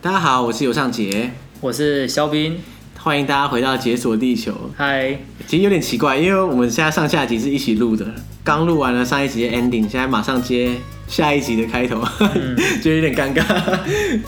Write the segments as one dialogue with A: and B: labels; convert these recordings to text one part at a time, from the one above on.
A: 大家好，我是尤尚杰，
B: 我是肖斌，
A: 欢迎大家回到《解锁地球》。
B: 嗨，
A: 其实有点奇怪，因为我们现在上下集是一起录的，刚录完了上一集的 ending，现在马上接下一集的开头， 就有点尴尬。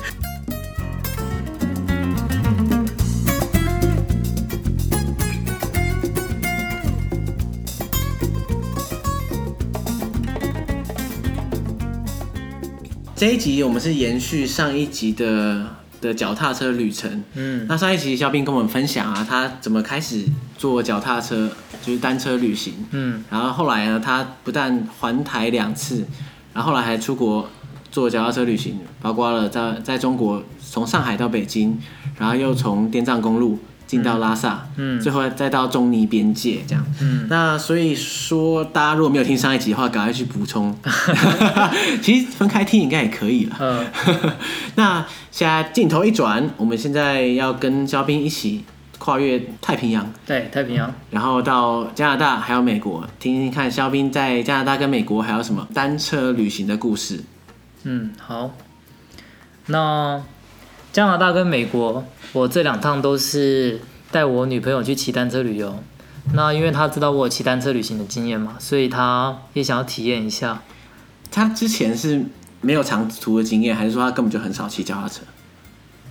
A: 这一集我们是延续上一集的的脚踏车旅程。
B: 嗯，
A: 那上一集肖斌跟我们分享啊，他怎么开始做脚踏车，就是单车旅行。
B: 嗯，
A: 然后后来呢，他不但环台两次，然后后来还出国做脚踏车旅行，包括了在在中国从上海到北京，然后又从滇藏公路进到拉萨，
B: 嗯嗯
A: 最后再到中尼边界这样。
B: 嗯，
A: 那所以说，大家如果没有听上一集的话，赶快去补 充。 其实分开听应该也可以了。
B: 呃，
A: 那现在镜头一转，我们现在要跟肖斌一起跨越太平洋，
B: 对，太平洋，
A: 然后到加拿大还有美国，听听看肖斌在加拿大跟美国还有什么单车旅行的故事。
B: 嗯，好。那加拿大跟美国，我这两趟都是带我女朋友去骑单车旅游。那因为她知道我有骑单车旅行的经验嘛，所以她也想要体验一下。
A: 他之前是没有长途的经验，还是说他根本就很少骑脚踏 车，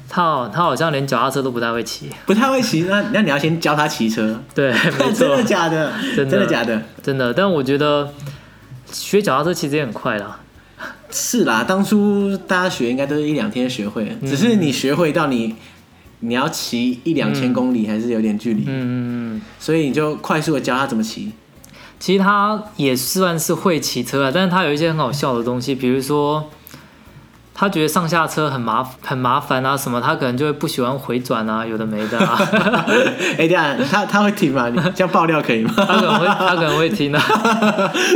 B: 她好，她好像连脚踏车都不太会骑。
A: 不太会骑？那那你要先教他骑车。
B: 对， 没
A: 真
B: 错
A: 的，假的？
B: 真
A: 真
B: 的
A: 的假的？
B: 真的。但我觉得学脚踏车其实也很快啦。
A: 是啦，当初大家学应该都是一两天学会
B: 嗯
A: 的，只是你学会到你你要骑一两千公里还是有点距离，
B: 嗯嗯嗯嗯。
A: 所以你就快速的教他怎么 骑。
B: 其实他也算是会骑车啊了，但是他有一些很好笑的东西，比如说他觉得上下车很麻很麻烦啊什么，他可能就会不喜欢回转啊，有的没的啊，
A: 哎、等一下他他会停吗？你这样爆料可以 吗？
B: 他可能会他可能会听啊。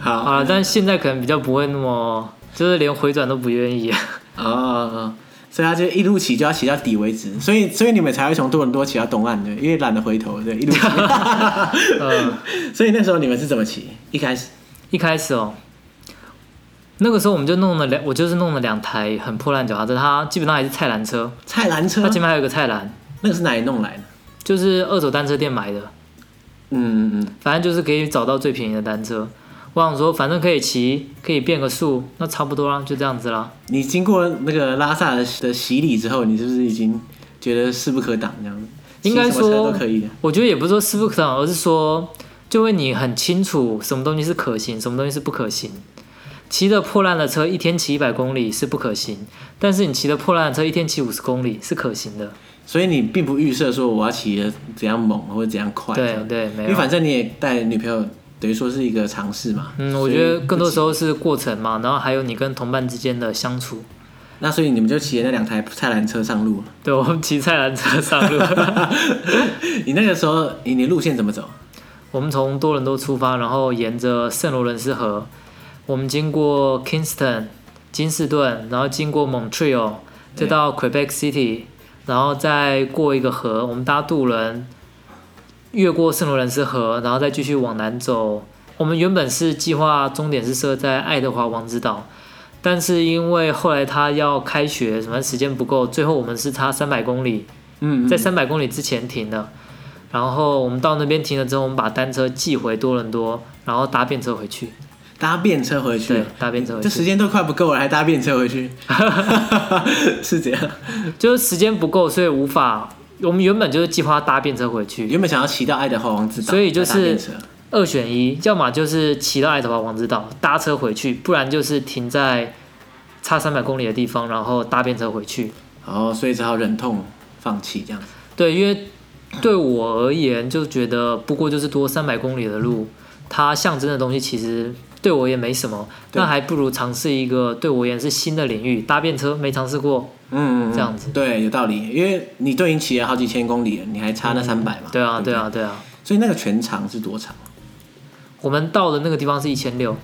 A: 好
B: 好了，但是现在可能比较不会那么，就是连回转都不愿意。
A: 哦哦，哦所以他就一路骑就要骑到底为止，所以所以你们才会从多伦多骑到东岸对，因为懒得回头对，一路骑。
B: 嗯，
A: 所以那时候你们是怎么骑？一开始
B: 一开始哦。那个时候我们就弄了两，我就是弄了两台很破烂脚踏车，它基本上还是菜篮车，
A: 菜篮
B: 它
A: 车，
B: 前面还有一个菜篮，
A: 那个是哪里弄来的？
B: 就是二手单车店买的，
A: 嗯嗯嗯，
B: 反正就是可以找到最便宜的单车。我想说，反正可以骑，可以变个速，那差不多啊啦，就这样子啦。
A: 你经过那个拉萨的的洗礼之后，你是不是已经觉得势不可挡这样子？
B: 应该
A: 骑什么车
B: 说
A: 都可以的。
B: 我觉得也不是说师傅可挡，而是说，就会你很清楚什么东西是可行，什么东西是不可行。骑着破烂的车一天骑一百公里是不可行，但是你骑着破烂的车一天骑五十公里是可行的。
A: 所以你并不预设说我要骑的怎样猛或者怎样快，
B: 对，对，
A: 因
B: 没
A: 为
B: 有。
A: 反正你也带女朋友，等于说是一个尝试嘛。
B: 嗯，我
A: 所以
B: 觉得更多
A: 不
B: 时
A: 急。
B: 候是过程嘛，然后还有你跟同伴之间的相处。
A: 那所以你们就骑那两台菜篮车上 路了。
B: 对，我们骑菜篮车上 路。
A: 你那个时候，你你路线怎么走？
B: 我们从多伦多出发，然后沿着圣罗伦斯河，我们经过 Kingston、金士顿，然后经过 Montreal，再到 Quebec City，然后再过一个河，我们搭渡轮越过圣罗伦斯河，然后再继续往南走。我们原本是计划终点是设在爱德华王子岛，但是因为后来他要开学，什么时间不够，最后我们是差三百公里，
A: 嗯，
B: 在三百公里之前停的，然后我们到那边停了之后，我们把单车寄回多伦多，然后搭便车回去。
A: 搭便车回去
B: 对。，搭便车回
A: 这时
B: 去，
A: 间都快不够了，还搭便车回 去， 是这样。
B: 就是时间不够，所以无法。我们原本就是计划搭便车回去，
A: 原本想要骑到爱德华王子岛，
B: 所以就是
A: 再搭便车
B: 二选一，要么就是骑到爱德华王子岛搭车回去，不然就是停在差三百公里的地方，然后搭便车回去。
A: 哦，所以只好忍痛放弃这样子。
B: 对，因为对我而言，就觉得不过就是多三百公里的路，它象征的东西其实对我也没什么，
A: 对
B: 那还不如尝试一个对我而言是新的领域，搭便车没尝试过。
A: 嗯，嗯嗯
B: 这样子
A: 对，有道理。因为你都已经骑了好几千公里了，你还差那三百嘛、
B: 对啊，
A: 嗯对
B: 对
A: 不
B: 啊，对啊。
A: 对。所以那个全长是多长？
B: 我们到的那个地方是一千六，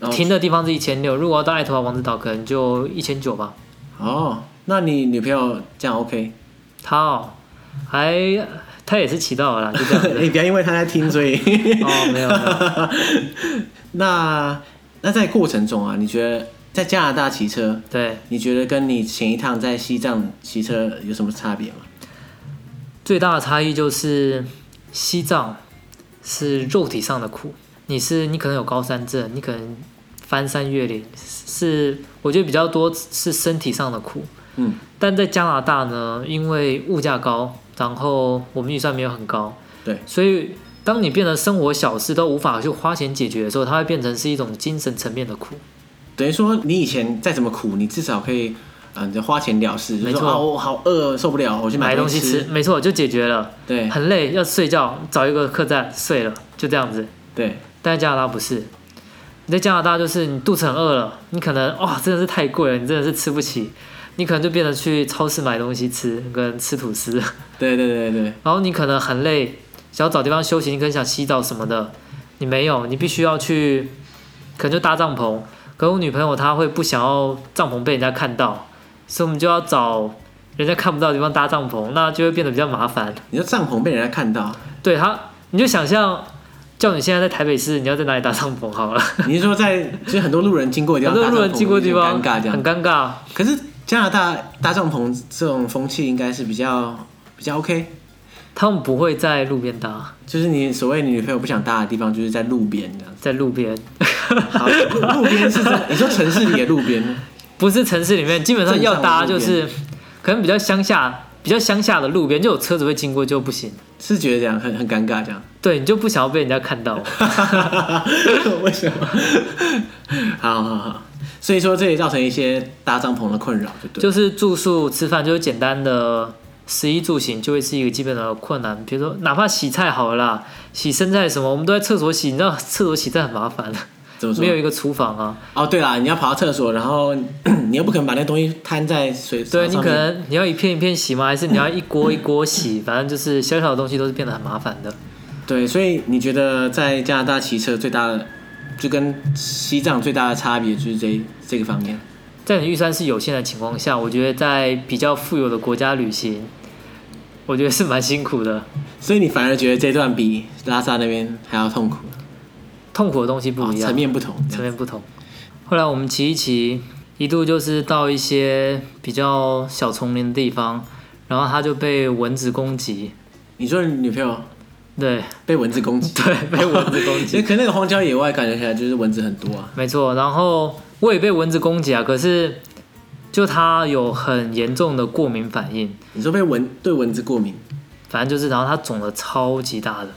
A: 然后
B: 停的地方是一千六。如果要到爱德华王子岛，可能就一千九吧。
A: 哦，那你女朋友这样 OK？
B: 他哦，还他也是骑到了啦，就这样。
A: 你不要因为她在听，所 以
B: 哦，没有没有。
A: 那那在过程中啊，你觉得在加拿大骑车，
B: 对，
A: 你觉得跟你前一趟在西藏骑车有什么差别吗？
B: 最大的差异就是西藏是肉体上的苦，你是你可能有高山症，你可能翻山越岭，是我觉得比较多是身体上的苦。
A: 嗯，
B: 但在加拿大呢，因为物价高，然后我们预算没有很高，
A: 对，
B: 所以当你变得生活小事都无法去花钱解决的时候，它会变成是一种精神层面的苦。
A: 等于说你以前再怎么苦，你至少可以，嗯、你就花钱了事，就
B: 没
A: 说
B: 错
A: 啊，我好饿，受不了，我去
B: 买
A: 东
B: 东西吃，没错，就解决了。
A: 对
B: 很累，要睡觉，找一个客栈睡了，就这样子。
A: 对，
B: 但在加拿大不是，你在加拿大就是你肚子很饿了，你可能哇、真的是太贵了，你真的是吃不起，你可能就变得去超市买东西吃，你可能吃吐司，
A: 对对对对
B: 然后你可能很累，想要找地方休息，你可能想洗澡什么的，你没有，你必须要去，可能就搭帐篷。可我女朋友她会不想要帐篷被人家看到，所以我们就要找人家看不到的地方搭帐篷，那就会变得比较麻烦。
A: 你说帐篷被人家看到，
B: 对她，你就想象，叫你现在在台北市，你要在哪里搭帐篷好了？
A: 你是说在就是很多路人经过的地
B: 很
A: 方，
B: 多路人
A: 搭帐篷
B: 经过的地方
A: 很尴尬这样
B: 很。尴尬。
A: 可是加拿大搭帐篷这种风气应该是比较比较 OK，
B: 他们不会在路边搭，
A: 就是你所谓你女朋友不想搭的地方，就是在路边 这样子。
B: 在路边，
A: 好，路路边是真，你说城市里的路边，
B: 不是城市里面，基本上要搭就
A: 正
B: 是可能比较乡下、比较乡下的路边，就有车子会经过就不行。
A: 是觉得这样很很尴尬这样。
B: 对，你就不想要被人家看到。
A: 为什么？好好好，所以说这也造成一些搭帐篷的困扰，就对。
B: 就是住宿、吃饭，就是简单的食衣住行，就会是一个基本的困难。比如说，哪怕洗菜好了啦，洗生菜什么，我们都在厕所洗，你知道厕所洗菜很麻烦，
A: 怎么说
B: 没？有一个厨房啊。
A: 哦，对啦，你要跑到厕所，然后你又不可能把那东西摊在水槽
B: 对
A: 上
B: 你
A: 面
B: 可能你要一片一片洗吗？还是你 要一锅一锅洗？反正就是小小的东西都是变得很麻烦的。
A: 对，所以你觉得在加拿大骑车最大的，就跟西藏最大的差别就是这这个方面。
B: 在你预算是有限的情况下，我觉得在比较富有的国家旅行，我觉得是蛮辛苦的，
A: 所以你反而觉得这段比拉萨那边还要痛苦，
B: 痛苦的东西不
A: 哦
B: 一样，
A: 层面不同。
B: 层面不同。后来我们骑一骑，一度就是到一些比较小丛林的地方，然后它就被蚊子攻击，
A: 你说你女朋友
B: 对
A: 被蚊子攻击，
B: 对，被蚊子攻 击，
A: 可能那个荒郊野外感觉起来就是蚊子很多啊。
B: 没错。然后我也被蚊子攻击啊，可是就它有很严重的过敏反应，
A: 你说被蚊对蚊子过敏，
B: 反正就是，然后它肿的超级大的，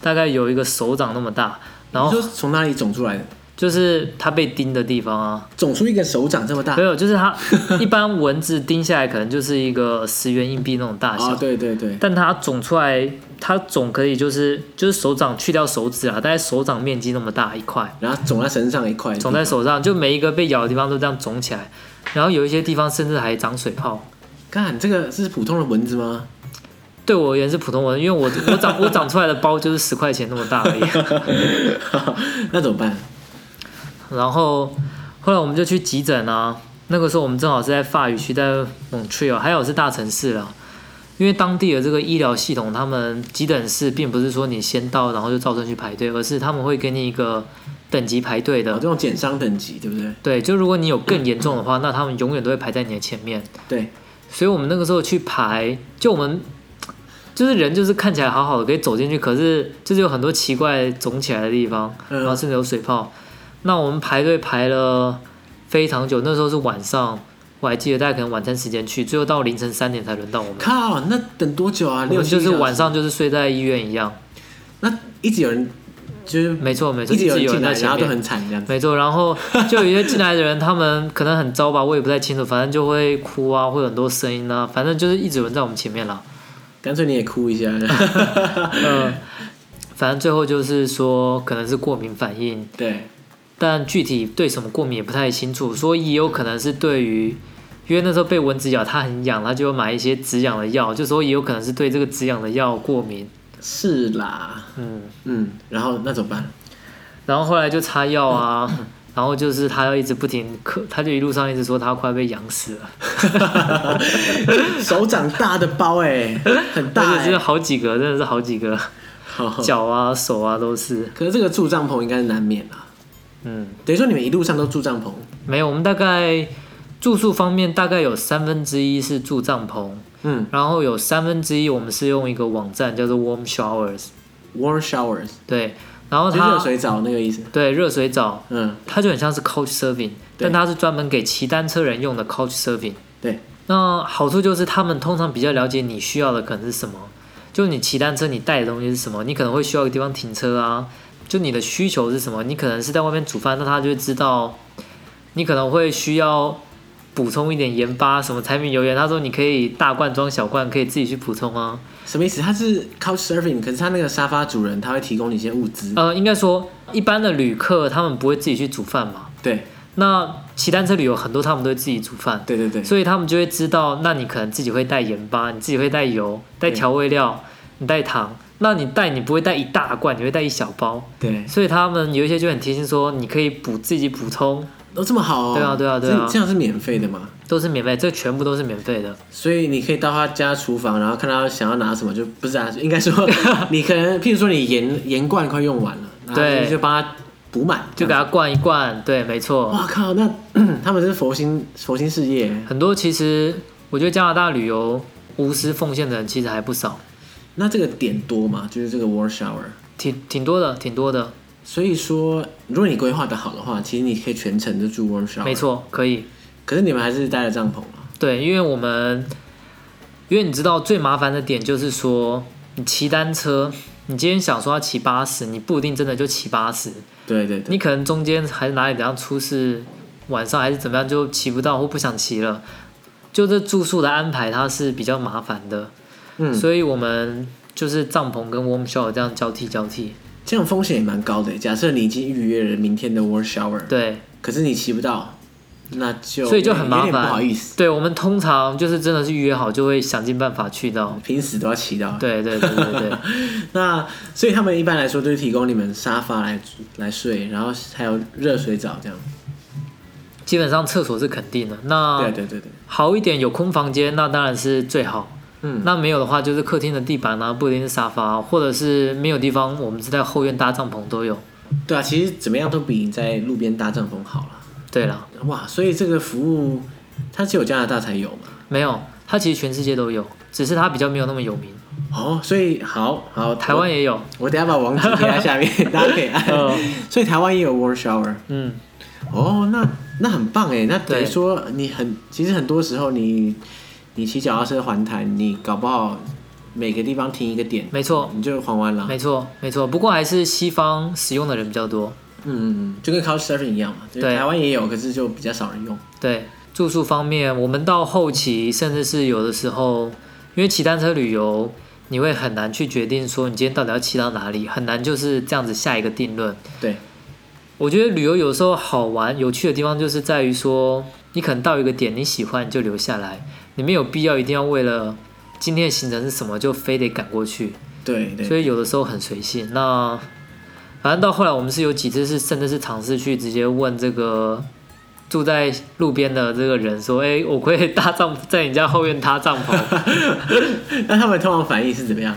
B: 大概有一个手掌那么大，然
A: 你
B: 后
A: 说从哪里肿出来的？
B: 就是它被叮的地方啊，
A: 肿出一个手掌这么大
B: 没？有，就是它一般蚊子叮下来可能就是一个十元硬币那种大小，
A: 哦，对对对，
B: 但它肿出来，它肿可以就是就是手掌去掉手指啊，大概手掌面积那么大一块，
A: 然后肿在身上一块，
B: 肿在手上，就每一个被咬的地方都这样肿起来，然后有一些地方甚至还长水泡。
A: 干这个是普通的蚊子吗？
B: 对我而言是普通蚊，因为我我长我长出来的包就是十块钱那么大而已。
A: 那怎么办？
B: 然后后来我们就去急诊啊。那个时候我们正好是在法语区，在 Montreal，还有是大城市啦。因为当地的这个医疗系统，他们急诊室并不是说你先到，然后就照顺序排队，而是他们会给你一个等级排队
A: 哦，
B: 的
A: 这。种减伤等级，对不对？
B: 对，就如果你有更严重的话，那他们永远都会排在你的前面。
A: 对，
B: 所以我们那个时候去排，就我们就是人就是看起来好好的可以走进去，可是就是有很多奇怪肿起来的地方，
A: 嗯
B: 然后甚至有水泡。那我们排队排了非常久，那时候是晚上，我还记得大概可能晚餐时间去，最后到凌晨三点才轮到我们。
A: 靠，那等多久啊？
B: 我
A: 六
B: 们
A: 七
B: 就
A: 个
B: 是
A: 小时
B: 晚，上就是睡在医院一样，
A: 那一直有人，就是
B: 没错没错，
A: 一直有人
B: 有
A: 进来，
B: 在前
A: 然后都
B: 面。
A: 很惨这样子。
B: 没错，然后就有一些进来的人，他们可能很糟吧，我也不太清楚，反正就会哭啊，会有很多声音啊，反正就是一直有人在我们前面啦。
A: 干脆你也哭一 下，
B: 呃，反正最后就是说可能是过敏反应，
A: 对，
B: 但具体对什么过敏也不太清楚，所以也有可能是对于，因为那时候被蚊子咬，它很痒，它就买一些止痒的药，就说也有可能是对这个止痒的药过敏，
A: 是啦，
B: 嗯，
A: 嗯，然后那怎么办？
B: 然后后来就擦药啊。然后就是他要一直不停咳，他就一路上一直说他快被痒死了，
A: 手掌大的包哎、很大
B: 而且
A: 哎、
B: 是好几个，真的是好几个，
A: 好，
B: 脚啊、手啊都是，
A: 可是这个住帐篷应该是难免啦。啊
B: 嗯，
A: 等于说你们一路上都住帐篷，
B: 没有，我们大概住宿方面大概有三分之一是住帐篷，
A: 嗯
B: 然后有三分之一我们是用一个网站叫做 Warm Showers，
A: ，warm showers，
B: 对，然后
A: 就是热
B: 哦它
A: 水澡那个意思。
B: 对热水澡，
A: 嗯，
B: 它就很像是 Couch Surfing，
A: 对
B: 但它是专门给骑单车人用的 Couch Surfing。
A: 对，
B: 那好处就是他们通常比较了解你需要的可能是什么，就你骑单车你带的东西是什么，你可能会需要一个地方停车啊，就你的需求是什么，你可能是在外面煮饭，那他就会知道，你可能会需要补充一点盐巴什么柴米油盐，他说你可以大罐装小罐，可以自己去补充啊。
A: 什么意思？它是 couch surfing，可是它那个沙发主人他会提供你一些物资。
B: 呃，应该说一般的旅客他们不会自己去煮饭嘛，
A: 对，
B: 那骑单车旅游很多他们都会自己煮饭，
A: 对对对，
B: 所以他们就会知道，那你可能自己会带盐巴，你自己会带油，带调味料，你带糖。那你带你不会带一大罐，你会带一小包，
A: 对，
B: 所以他们有一些就很贴心说，你可以补自己补充，
A: 都这么好哦。
B: 对啊对啊对啊
A: 这这样是免费的嘛？
B: 都是免费，这全部都是免费的。
A: 所以你可以到他家厨房，然后看他想要拿什么，就不是啊，应该说 你可能，譬如说你盐盐罐快用 完了，然后
B: 对
A: 你就帮他补满，
B: 就给他灌一灌，对，没错。
A: 哇靠，那 他们是佛心佛心事业。
B: 很多其实我觉得加拿大旅游无私奉献的人其实还不少，
A: 那这个点多嘛？就是这个 war shower。
B: 挺挺多的，挺多的，
A: 所以说，如果你规划的好的话，其实你可以全程就住 warm shower。
B: 没。错，可以。
A: 可是你们还是待了帐篷啊。
B: 对，因为我们，因为你知道最麻烦的点就是说，你骑单车，你今天想说要骑八十，你不一定真的就骑八十，
A: 对对对。
B: 你可能中间还是哪里怎样出事，晚上还是怎么样就骑不到或不想骑了，就这住宿的安排它是比较麻烦的，
A: 嗯，
B: 所以我们就是帐篷跟 warm shower 这样交替交替，
A: 这样风险也蛮高的。欸假设你已经预约了明天的 warm shower，
B: 对。
A: 可是你骑不到，那就
B: 所以就很麻
A: 有点
B: 烦，
A: 不好意思，
B: 对我们通常就是真的是预约好，就会想尽办法去到。
A: 平时都要骑到。
B: 对对对对 对，
A: 那所以他们一般来说都是提供你们沙发来来睡，然后还有热水澡这样。
B: 基本上厕所是肯定的。那
A: 对对对对，
B: 好一点有空房间，那当然是最好。
A: 嗯，
B: 那没有的话，就是客厅的地板啊，不一定是沙发，或者是没有地方，我们是在后院搭帐篷都有。
A: 对啊，其实怎么样都比你在路边搭帐篷好了。
B: 对了，
A: 哇，所以这个服务它只有加拿大才有嘛？
B: 没有，它其实全世界都有，只是它比较没有那么有名。
A: 哦，所以好好
B: 台湾也有，
A: 我，我等一下把网址贴在下面， 大家可以按。
B: 嗯
A: 所以台湾也有 warm shower。
B: 嗯，
A: 哦，那那很棒哎，那等于
B: 对
A: 说你很，其实很多时候你你骑脚踏车环台，你搞不好每个地方停一个点，
B: 没错，
A: 你就环完了。
B: 没错，没错。不过还是西方使用的人比较多。
A: 嗯，就跟 couch surfing 一样嘛，就是
B: 对
A: 台湾也有，可是就比较少人用。
B: 对住宿方面，我们到后期甚至是有的时候，因为骑单车旅游，你会很难去决定说你今天到底要骑到哪里，很难就是这样子下一个定论。
A: 对，
B: 我觉得旅游有时候好玩、有趣的地方就是在于说，你可能到一个点你喜欢你就留下来，你没有必要一定要为了今天的行程是什么就非得赶过去，
A: 对对
B: 所以有的时候很随性。那反正到后来我们是有几次是甚至是尝试去直接问这个住在路边的这个人说：“哎、我可以搭帐篷在你家后院搭帐篷。”
A: 那他们通常反应是怎么样？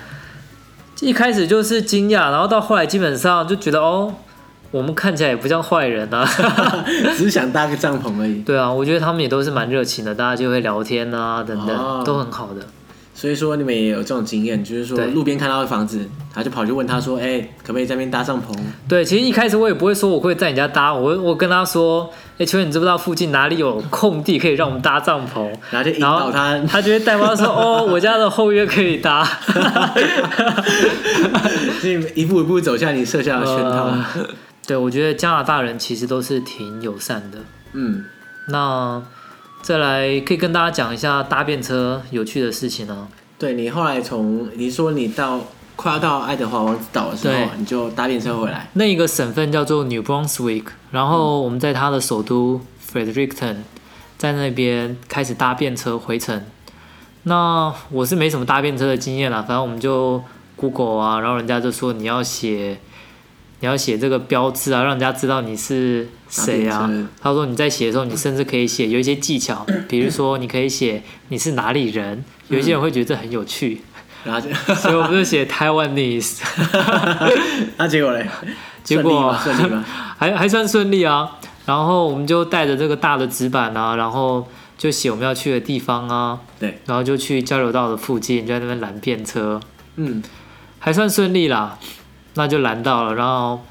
B: 一开始 就是惊讶，然后到后来基本上就觉得哦，我们看起来也不像坏人啊。
A: 只是想搭个帐篷而已。
B: 对啊，我觉得他们也都是蛮热情的，大家就会聊天啊，等等，
A: 哦
B: 都很好的。
A: 所以说你们也有这种经验，就是说
B: 对嗯
A: 路边看到的房子，他就跑去问他说：“哎、可不可以在那边搭帐篷
B: 对，其实一开始我也不会说我会在你家搭，我会我跟他说，哎、请问你知不知道附近哪里有空地可以让我们搭帐 篷？？”
A: 然后就引
B: 然
A: 导
B: 后
A: 他。
B: 他就会带妈说，哦，我家的后院可以搭。
A: 所以一步一步走向你设下的圈套。
B: 呃对，我觉得加拿大人其实都是挺友善的。
A: 嗯，
B: 那再来可以跟大家讲一下搭便车有趣的事情啊呢、
A: 对你后来从你说你到快要到爱德华王子岛的时
B: 对
A: 候，你就搭便车回来。
B: 那一个省份叫做 New Brunswick，然后我们在它的首都 Fredericton，在那边开始搭便车回程。那我是没什么搭便车的经验啦，反正我们就 Google 啊，然后人家就说你要写，你要写这个标志啊，让人家知道你是谁
A: 搭
B: 啊
A: 便车。
B: 他说你在写的时候，你甚至可以写有一些技巧，比如说你可以写你是哪里人，有一些人会觉得这很有趣，
A: 然后就，
B: 所以我们就写 Taiwanese。
A: 那结果嘞？
B: 结
A: 顺利
B: 果
A: 吗顺利吗？
B: 还还算顺利啊。然后我们就带着这个大的纸板啊，然后就写我们要去的地方啊，
A: 对，
B: 然后就去交流道的附近，就在那边拦便车，
A: 嗯，
B: 还算顺利啦，那就拦到了，然后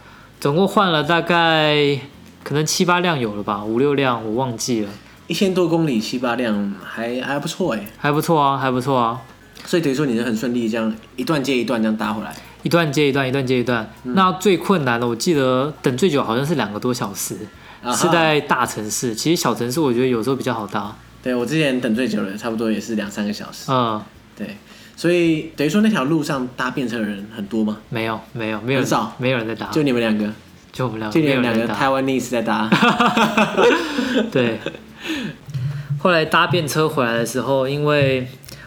B: 总共换了大概可能七八辆有了吧，五六辆我忘记了，
A: 一千多公里七八辆，还还不错哎。
B: 还不错啊，还不错啊，
A: 所以等于说你是很顺利，这样一段接一段这样搭回来。
B: 一段接一段，一段接一段。
A: 嗯
B: 那最困难的，我记得等最久好像是两个多小时，
A: 啊哈
B: 是在大城市。其实小城市我觉得有时候比较好搭。
A: 对我之前等最久了，差不多也是两三个小时。
B: 嗯，
A: 对，所以等于说那条路上搭便车的人很多吗？
B: 没有，没有，没有
A: 很
B: 人
A: 少，
B: 没有人在搭，
A: 就你们两个，
B: 就我们两
A: 就
B: 个，
A: 你
B: 啊没有
A: 们
B: 人
A: 两个
B: 在 搭。
A: Taiwanese 在搭。
B: 对。后来搭便车回来的时候，因为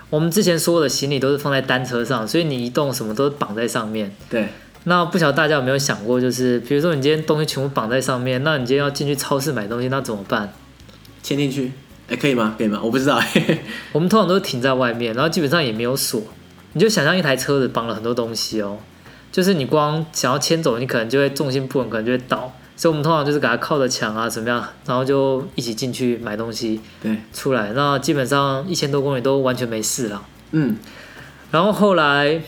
B: 我们之前所有的行李都是放在单车上，所以你移动什么都是绑在上面。
A: 对，
B: 那不晓得大家有没有想过，就是比如说你今天东西全部绑在上面，那你今天要进去超市买东西，那怎么办？
A: 牵进去，哎，可以吗？可以吗？我不知道， 嘿嘿
B: 我们通常都停在外面，然后基本上也没有锁。你就想象一台车子绑了很多东西哦，就是你光想要牵走，你可能就会重心不稳，可能就会倒。所以我们通常就是给它靠着墙啊，怎么样，然后就一起进去买东西
A: 对，
B: 出来。那基本上一千多公里都完全没事了。
A: 嗯，
B: 然后后来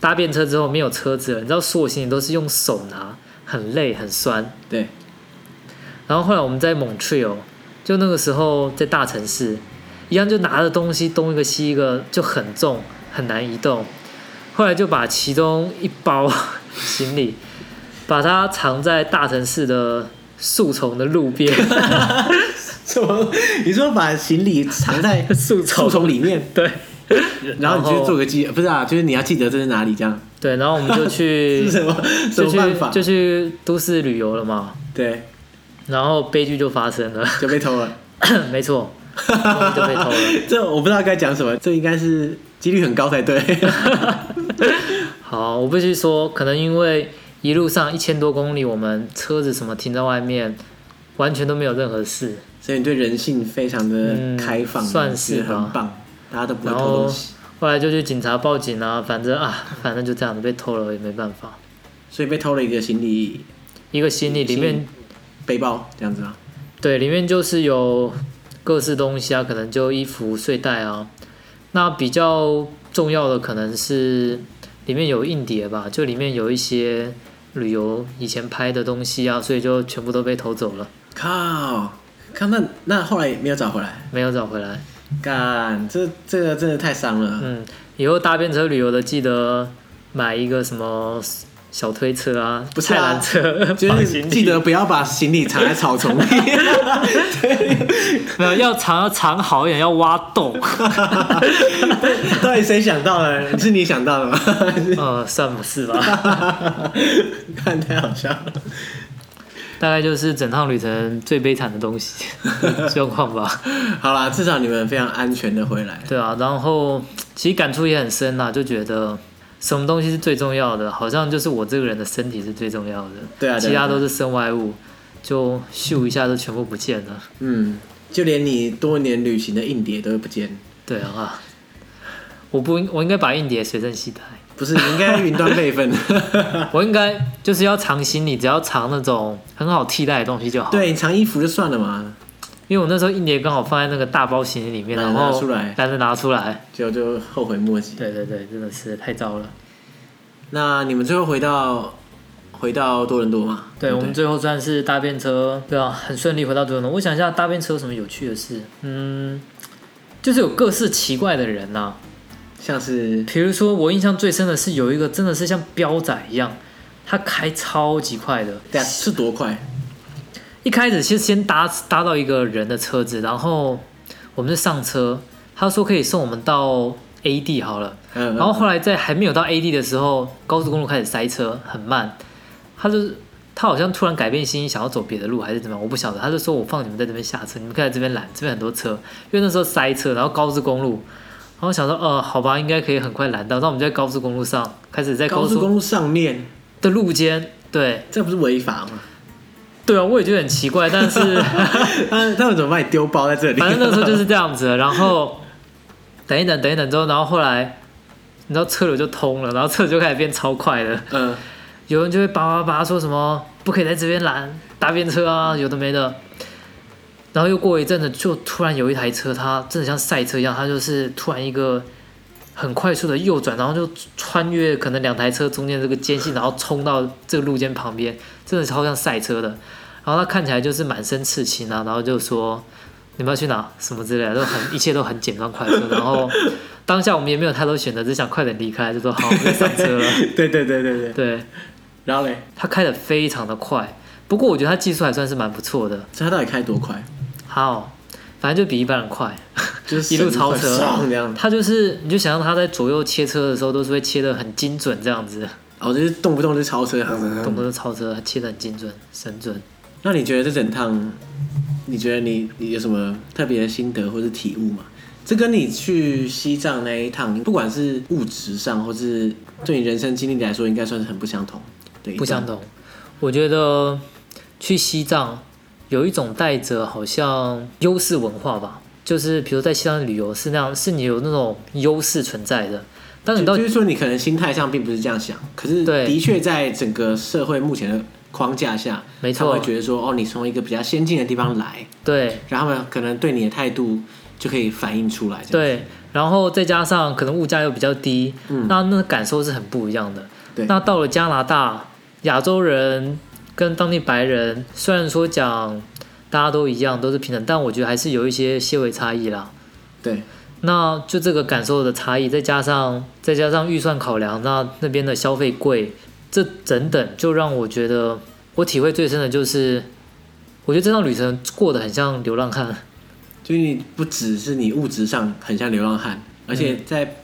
B: 搭便车之后没有车子了，你知道所有行李都是用手拿，很累很酸。
A: 对，
B: 然后后来我们在 Montreal，就那个时候在大城市，一样就拿着东西东一个西一个，就很重很难移动。后来就把其中一包 行李，把它藏在大城市的树丛的路 边，
A: 什么？你说把行李藏在
B: 树丛
A: 树丛里面，
B: 对
A: 然后你
B: 然
A: 去
B: 后
A: 做个记，不是啊，就是你要记得这是哪里，这样
B: 对，然后我们就去
A: 是什么什
B: 就
A: 么
B: 去
A: 办法？
B: 就去都市旅游了嘛，
A: 对，
B: 然后悲剧就发生了，
A: 就被偷了。
B: 没错，东西就被偷了。
A: 这我不知道该讲什么，这应该是几率很高才对。
B: 好，我必须说，可能因为一路上一千多公里，我们车子什么停在外面，完全都没有任何事。
A: 所以你对人性非常的
B: 嗯
A: 开放，
B: 算是
A: 觉得
B: 吧
A: 很棒，大家都不会
B: 然
A: 偷
B: 后
A: 东西，
B: 后来就去警察报警啊，反正啊， 反正就这样子被偷了也没办法。
A: 所以被偷了一个行李
B: 一个行李里
A: 行
B: 面
A: 李，背包这样子啊。
B: 对，里面就是有各式东西啊，可能就衣服、睡袋啊。那比较重要的可能是里面有硬碟吧，就里面有一些旅游以前拍的东西啊，所以就全部都被偷走了，
A: 靠，看那那后来没有找回来，
B: 没有找回来。
A: 干这这个真的太伤了。
B: 嗯，以后搭便车旅游的记得买一个什么小推车啊，
A: 不是
B: 菜
A: 啊
B: 篮车，
A: 就
B: 绑
A: 是
B: 行李
A: 记得不要把行李藏在草丛里，
B: 没有要藏要藏好一点，要挖 洞。
A: 到底谁想到了？是你想到的吗？还是
B: 呃，算不是吧？
A: 看太好笑了。
B: 大概就是整趟旅程最悲惨的东 西状况吧。
A: 好啦，至少你们非常安全的回来。
B: 对啊，然后其实感触也很深啊啦，就觉得什么东西是最重要的，好像就是我这个人的身体是最重要的，
A: 对啊，对啊
B: 其他都
A: 对啊
B: 是身外物，就咻一下就全部不见了。
A: 嗯，就连你多年旅行的硬碟都不见，
B: 对啊啊，我不应我应该把硬碟随身携带。
A: 不是你应该云端备 份。
B: 我应该就是要藏行李，只要藏那种很好替代的东西就好。，
A: 对，你藏衣服就算了嘛，
B: 因为我那时候硬碟刚好放在那个大包行李里面，
A: 懒
B: 然
A: 得拿
B: 后
A: 出来
B: 懒得拿出来。
A: 就就后悔莫及。
B: 对对对，真的是太糟了。
A: 那你们最后回到回到多伦多嘛？
B: 嗯对
A: 不
B: 我们最后算是搭便车，对啊，很顺利回到多伦多。我想一下搭便车有什么有趣的事，嗯，就是有各式奇怪的人呐、啊
A: 像是
B: 比如说我印象最深的是有一个真的是像彪仔一样，他开超级快的，
A: 对啊，是多快？
B: 一开始是先搭搭到一个人的车子，然后我们就上车，他说可以送我们到 A 地好了。
A: 嗯，嗯
B: 然后后来在还没有到 A 地的时候，高速公路开始塞车，很慢。他就他好像突然改变心意，想要走别的路还是怎么样，我不晓得。他就说我放你们在这边下车，你们可以在这边拦，这边很多车，因为那时候塞车，然后高速公路。然后想说，呃，好吧，应该可以很快拦到。那我们就在高速公路上开始在
A: 高
B: 高
A: 速
B: 速
A: 公路上面，
B: 的路肩，对
A: 这不是违法吗？
B: 对啊，我也觉得很奇怪，但是。
A: 他他们怎么把你丢包在这里？
B: 反正那时候就是这样子了，然后等一等，等一等之后，然后后来你知道车流就通了，然后车子就开始变超快了，
A: 嗯，
B: 有人就会叭叭叭说什么不可以在这边拦搭便车啊，有的没的。然后又过一阵子，就突然有一台车，它真的像赛车一样，它就是突然一个很快速的右转，然后就穿越可能两台车中间这个间隙，然后冲到这个路肩旁边，真的超像赛车的。然后他看起来就是满身刺青啊，然后就说你们要去哪什么之类的，都很一切都很简单快速。然后当下我们也没有太多选择，只想快点离开，就说好，我们上车了。
A: 对对对对对，
B: 对
A: 然后嘞，
B: 他开的非常的快，不过我觉得他技术还算是蛮不错的。
A: 所以他到底开多快？
B: 好，反正就比一般人快。
A: 就是
B: 一路超车
A: 神经很爽这样。
B: 他就是，你就想象他在左右切车的时候，都是会切的很精准这样子，
A: 哦，就是动不动就超 车，
B: 动不动就超车，他切的很精准、神准。
A: 那你觉得这整趟，你觉得你你有什么特别的心得或是体悟吗？这跟你去西藏那一趟，不管是物质上，或是对你人生经历来说，应该算是很不相同。对，
B: 不相同。我觉得去西藏有一种带着好像优势文化吧，就是比如在西藏旅游是那样，是你有那种优势存在的。当你
A: 就
B: 到
A: 就是说，你可能心态上并不是这样想，可是
B: 对
A: 的确在整个社会目前的框架下，
B: 没
A: 他们
B: 错
A: 会，觉得说，哦，你从一个比较先进的地方来，
B: 对
A: 然后他们可能对你的态度就可以反映出来。这样，
B: 对，然后再加上可能物价又比较低，那那感受是很不一样的。
A: 对
B: 那到了加拿大，亚洲人跟当地白人虽然说讲大家都一样都是平等，但我觉得还是有一些些微差异啦。
A: 对
B: 那就这个感受的差异，再加上再加上预算考量，那那边的消费贵，这整等就让我觉得我体会最深的就是，我觉得这趟旅程过得很像流浪汉。
A: 就是你不只是你物质上很像流浪汉，而且
B: 嗯
A: 在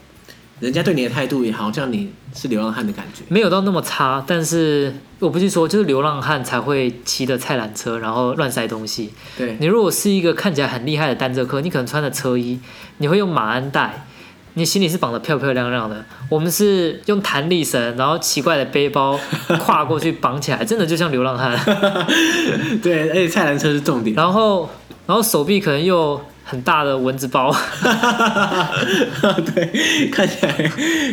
A: 人家对你的态度也好像你是流浪汉的感觉。
B: 没有到那么差，但是我不去说，就是流浪汉才会骑的菜篮车，然后乱塞东西。
A: 对，
B: 你如果是一个看起来很厉害的单车客，你可能穿着车衣，你会用马鞍带，你行李是绑得漂漂亮亮的。我们是用弹力绳，然后奇怪的背包跨过去绑起来，真的就像流浪汉。
A: 对，而且菜篮车是重 点。
B: 然后，然后手臂可能又很大的蚊子包，
A: 对，看起来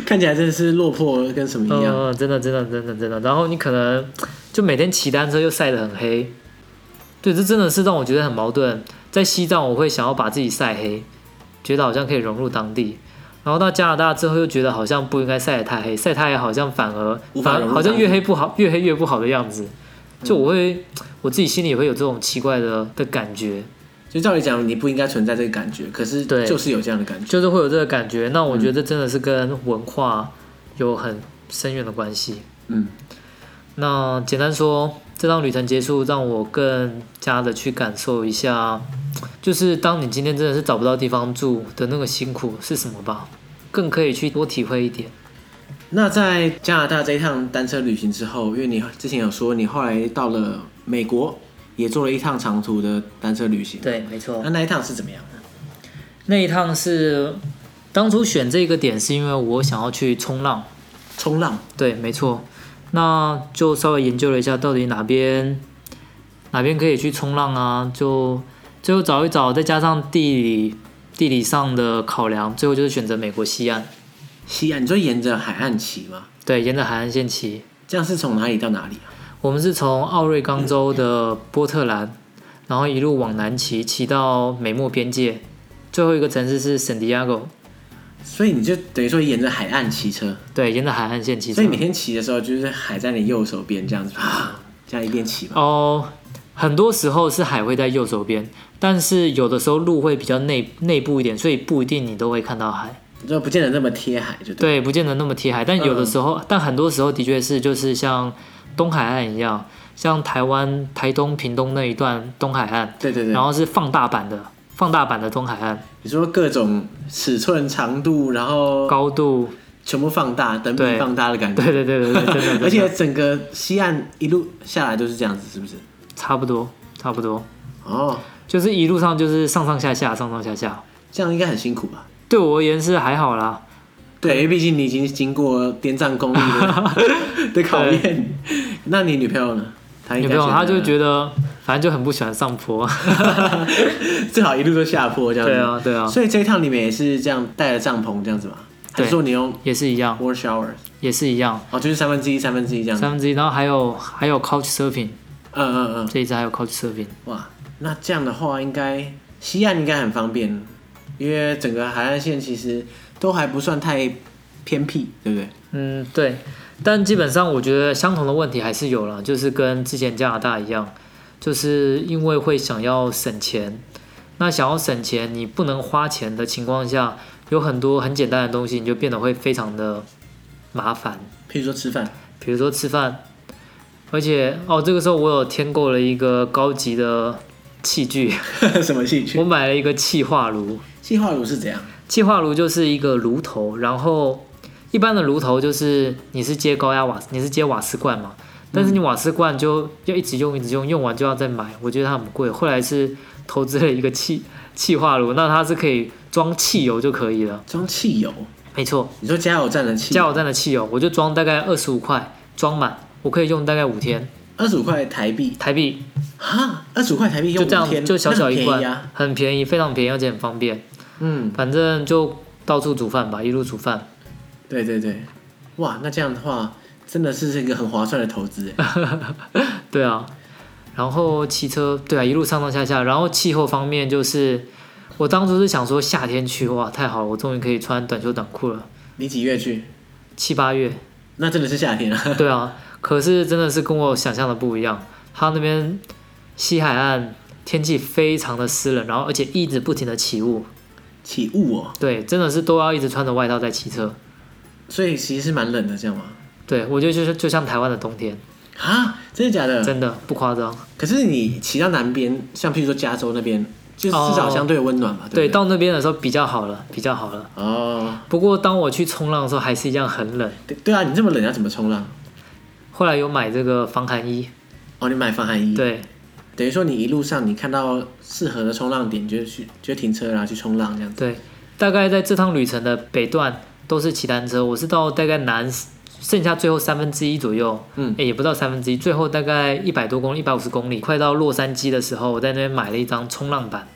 A: 看起来真的是落魄跟什么一样。
B: 嗯，真的，真的，真的，真的。然后你可能就每天骑单车又晒得很黑，对，这真的是让我觉得很矛盾。在西藏，我会想要把自己晒黑，觉得好像可以融入当地。然后到加拿大之后，又觉得好像不应该晒得太黑，晒太黑好像反而
A: 无法
B: 反
A: 融
B: 而
A: 入
B: 好
A: 当
B: 像
A: 地
B: 越黑不好，越黑越不好的样子。就我会、我自己心里也会有这种奇怪的的感觉，
A: 就照理讲，你不应该存在这个感觉，可是
B: 对
A: 就是有这样的感觉。
B: 就是会有这个感觉。那我觉得这真的是跟文化有很深远的关系。
A: 嗯，
B: 那简单说，这趟旅程结束，让我更加的去感受一下，就是当你今天真的是找不到地方住的那个辛苦是什么吧，更可以去多体会一点。
A: 那在加拿大这一趟单车旅行之后，因为你之前有说你后来到了美国，也做了一趟长途的单车旅行。
B: 对，没错
A: 那。那一趟是怎么样的？
B: 那一趟是当初选这个点是因为我想要去冲浪，
A: 冲浪，
B: 对，没错。那就稍微研究了一下，到底哪边哪边可以去冲浪啊？就最后找一找，再加上地理地理上的考量，最后就是选择美国西岸。
A: 西岸，你说沿着海岸骑吗？
B: 对，沿着海岸线骑。
A: 这样是从哪里到哪里啊？
B: 我们是从奥瑞冈州的波特兰，然后一路往南骑，骑到美墨边界，最后一个城市是圣地亚哥。
A: 所以你就等于说沿着海岸骑车，
B: 对，沿着海岸线骑车
A: 所以。每天骑的时候就是海在你右手边这样子啊，这样一边骑嘛。
B: 哦，很多时候是海会在右手边，但是有的时候路会比较内内部一点，所以不一定你都会看到海。
A: 就不见得那么贴海，就对。
B: 对，不见得那么贴海，但有
A: 嗯
B: 的时候，但很多时候的确是就是像东海岸一样，像台湾台东屏东那一段东海岸，
A: 对对对
B: 然后是放大版的放大版的东海岸。
A: 你说各种尺寸、长度，然后
B: 高度，
A: 全部放大，等比
B: 对
A: 放大的感觉。
B: 对对对对对，真的，
A: 而
B: 真
A: 且
B: 的
A: 整个西岸一路下来都是这样子，是不是？
B: 差不多差不多，
A: 哦，
B: 就是一路上就是上上下下上上下下，
A: 这样应该很辛苦吧？
B: 对我而言是还好啦，
A: 对，因为毕竟你已经经过滇藏公路 的的考验。那你女朋友呢？她应
B: 女
A: 该
B: 朋友她就
A: 得
B: 觉得反正就很不喜欢上坡，
A: 最好一路都下坡这样子。
B: 对啊对啊，
A: 所以这一趟你们也是这样带着帐篷这样子嘛？还是说你用
B: 也是一样，
A: war shower？
B: 也是一样，
A: 哦，就是三分之一、三分之一这样。
B: 三分之一。然后还有还有 couch surfing，
A: 嗯嗯嗯，
B: 这一次还有 couch surfing。
A: 哇，那这样的话，应该西岸应该很方便，因为整个海岸线其实都还不算太偏僻，对不对？
B: 嗯，对。但基本上我觉得相同的问题还是有了，就是跟之前加拿大一样，就是因为会想要省钱。那想要省钱，你不能花钱的情况下，有很多很简单的东西，你就变得会非常的麻烦。
A: 譬如说吃饭，
B: 比如说吃饭，而且哦，这个时候我有添购了一个高级的器具，
A: 什么兴趣？
B: 我买了一个气化炉。
A: 气化炉是怎样？
B: 气化炉就是一个炉头，然后一般的炉头就是你是接高压瓦，你是接瓦斯罐嘛，但是你瓦斯罐就要一直用，一直用，用完就要再买，我觉得它很贵。后来是投资了一个气气化炉，那它是可以装汽油就可以了，
A: 装汽油？
B: 没错，
A: 你说加油站的汽
B: 加
A: 油？
B: 油站的汽油我就装大概二十五块，装满我可以用大概五天
A: 二十五块台币
B: 台币，
A: 啊，二十五块台币
B: 就
A: 用
B: 这样
A: 五天，
B: 就小小
A: 那很
B: 一罐，
A: 便宜啊。
B: 很便宜，非常便宜，而且很方便。
A: 嗯，
B: 反正就到处煮饭吧，一路煮饭。
A: 对对对，哇，那这样的话真的是一个很划算的投资 哎。
B: 对啊，然后骑车，对啊，一路上上下下。然后气候方面，就是我当初是想说夏天去，哇，太好了，我终于可以穿短袖短裤了。
A: 你几月去？
B: 七八月，
A: 那真的是夏天啊。
B: 对啊，可是真的是跟我想象的不一样。它那边西海岸天气非常的湿冷，然后而且一直不停的起雾，
A: 起雾哦，
B: 对，真的是都要一直穿着外套在骑车。
A: 所以其实是蛮冷的，这样吗？
B: 对，我觉得就是就像台湾的冬天，
A: 啊，真的假的？
B: 真的不夸张。
A: 可是你骑到南边，像譬如说加州那边，就是至少
B: 哦
A: 相对温暖嘛，
B: 对，
A: 不对？
B: 到那边的时候比较好了，比较好了。
A: 哦，
B: 不过当我去冲浪的时候，还是一样很冷。
A: 对对啊，你这么冷要怎么冲浪？
B: 后来有买这个防寒衣，
A: 哦，你买防寒衣，
B: 对
A: 等于说你一路上你看到适合的冲浪点，你就去就停车然后去冲浪这样子。
B: 对，大概在这趟旅程的北段都是骑单车，我是到大概南剩下最后三分之一左右，哎
A: 嗯
B: 诶也不到三分之一，最后大概一百多公里，一百五十公里，快到洛杉矶的时候，我在那边买了一张冲浪板，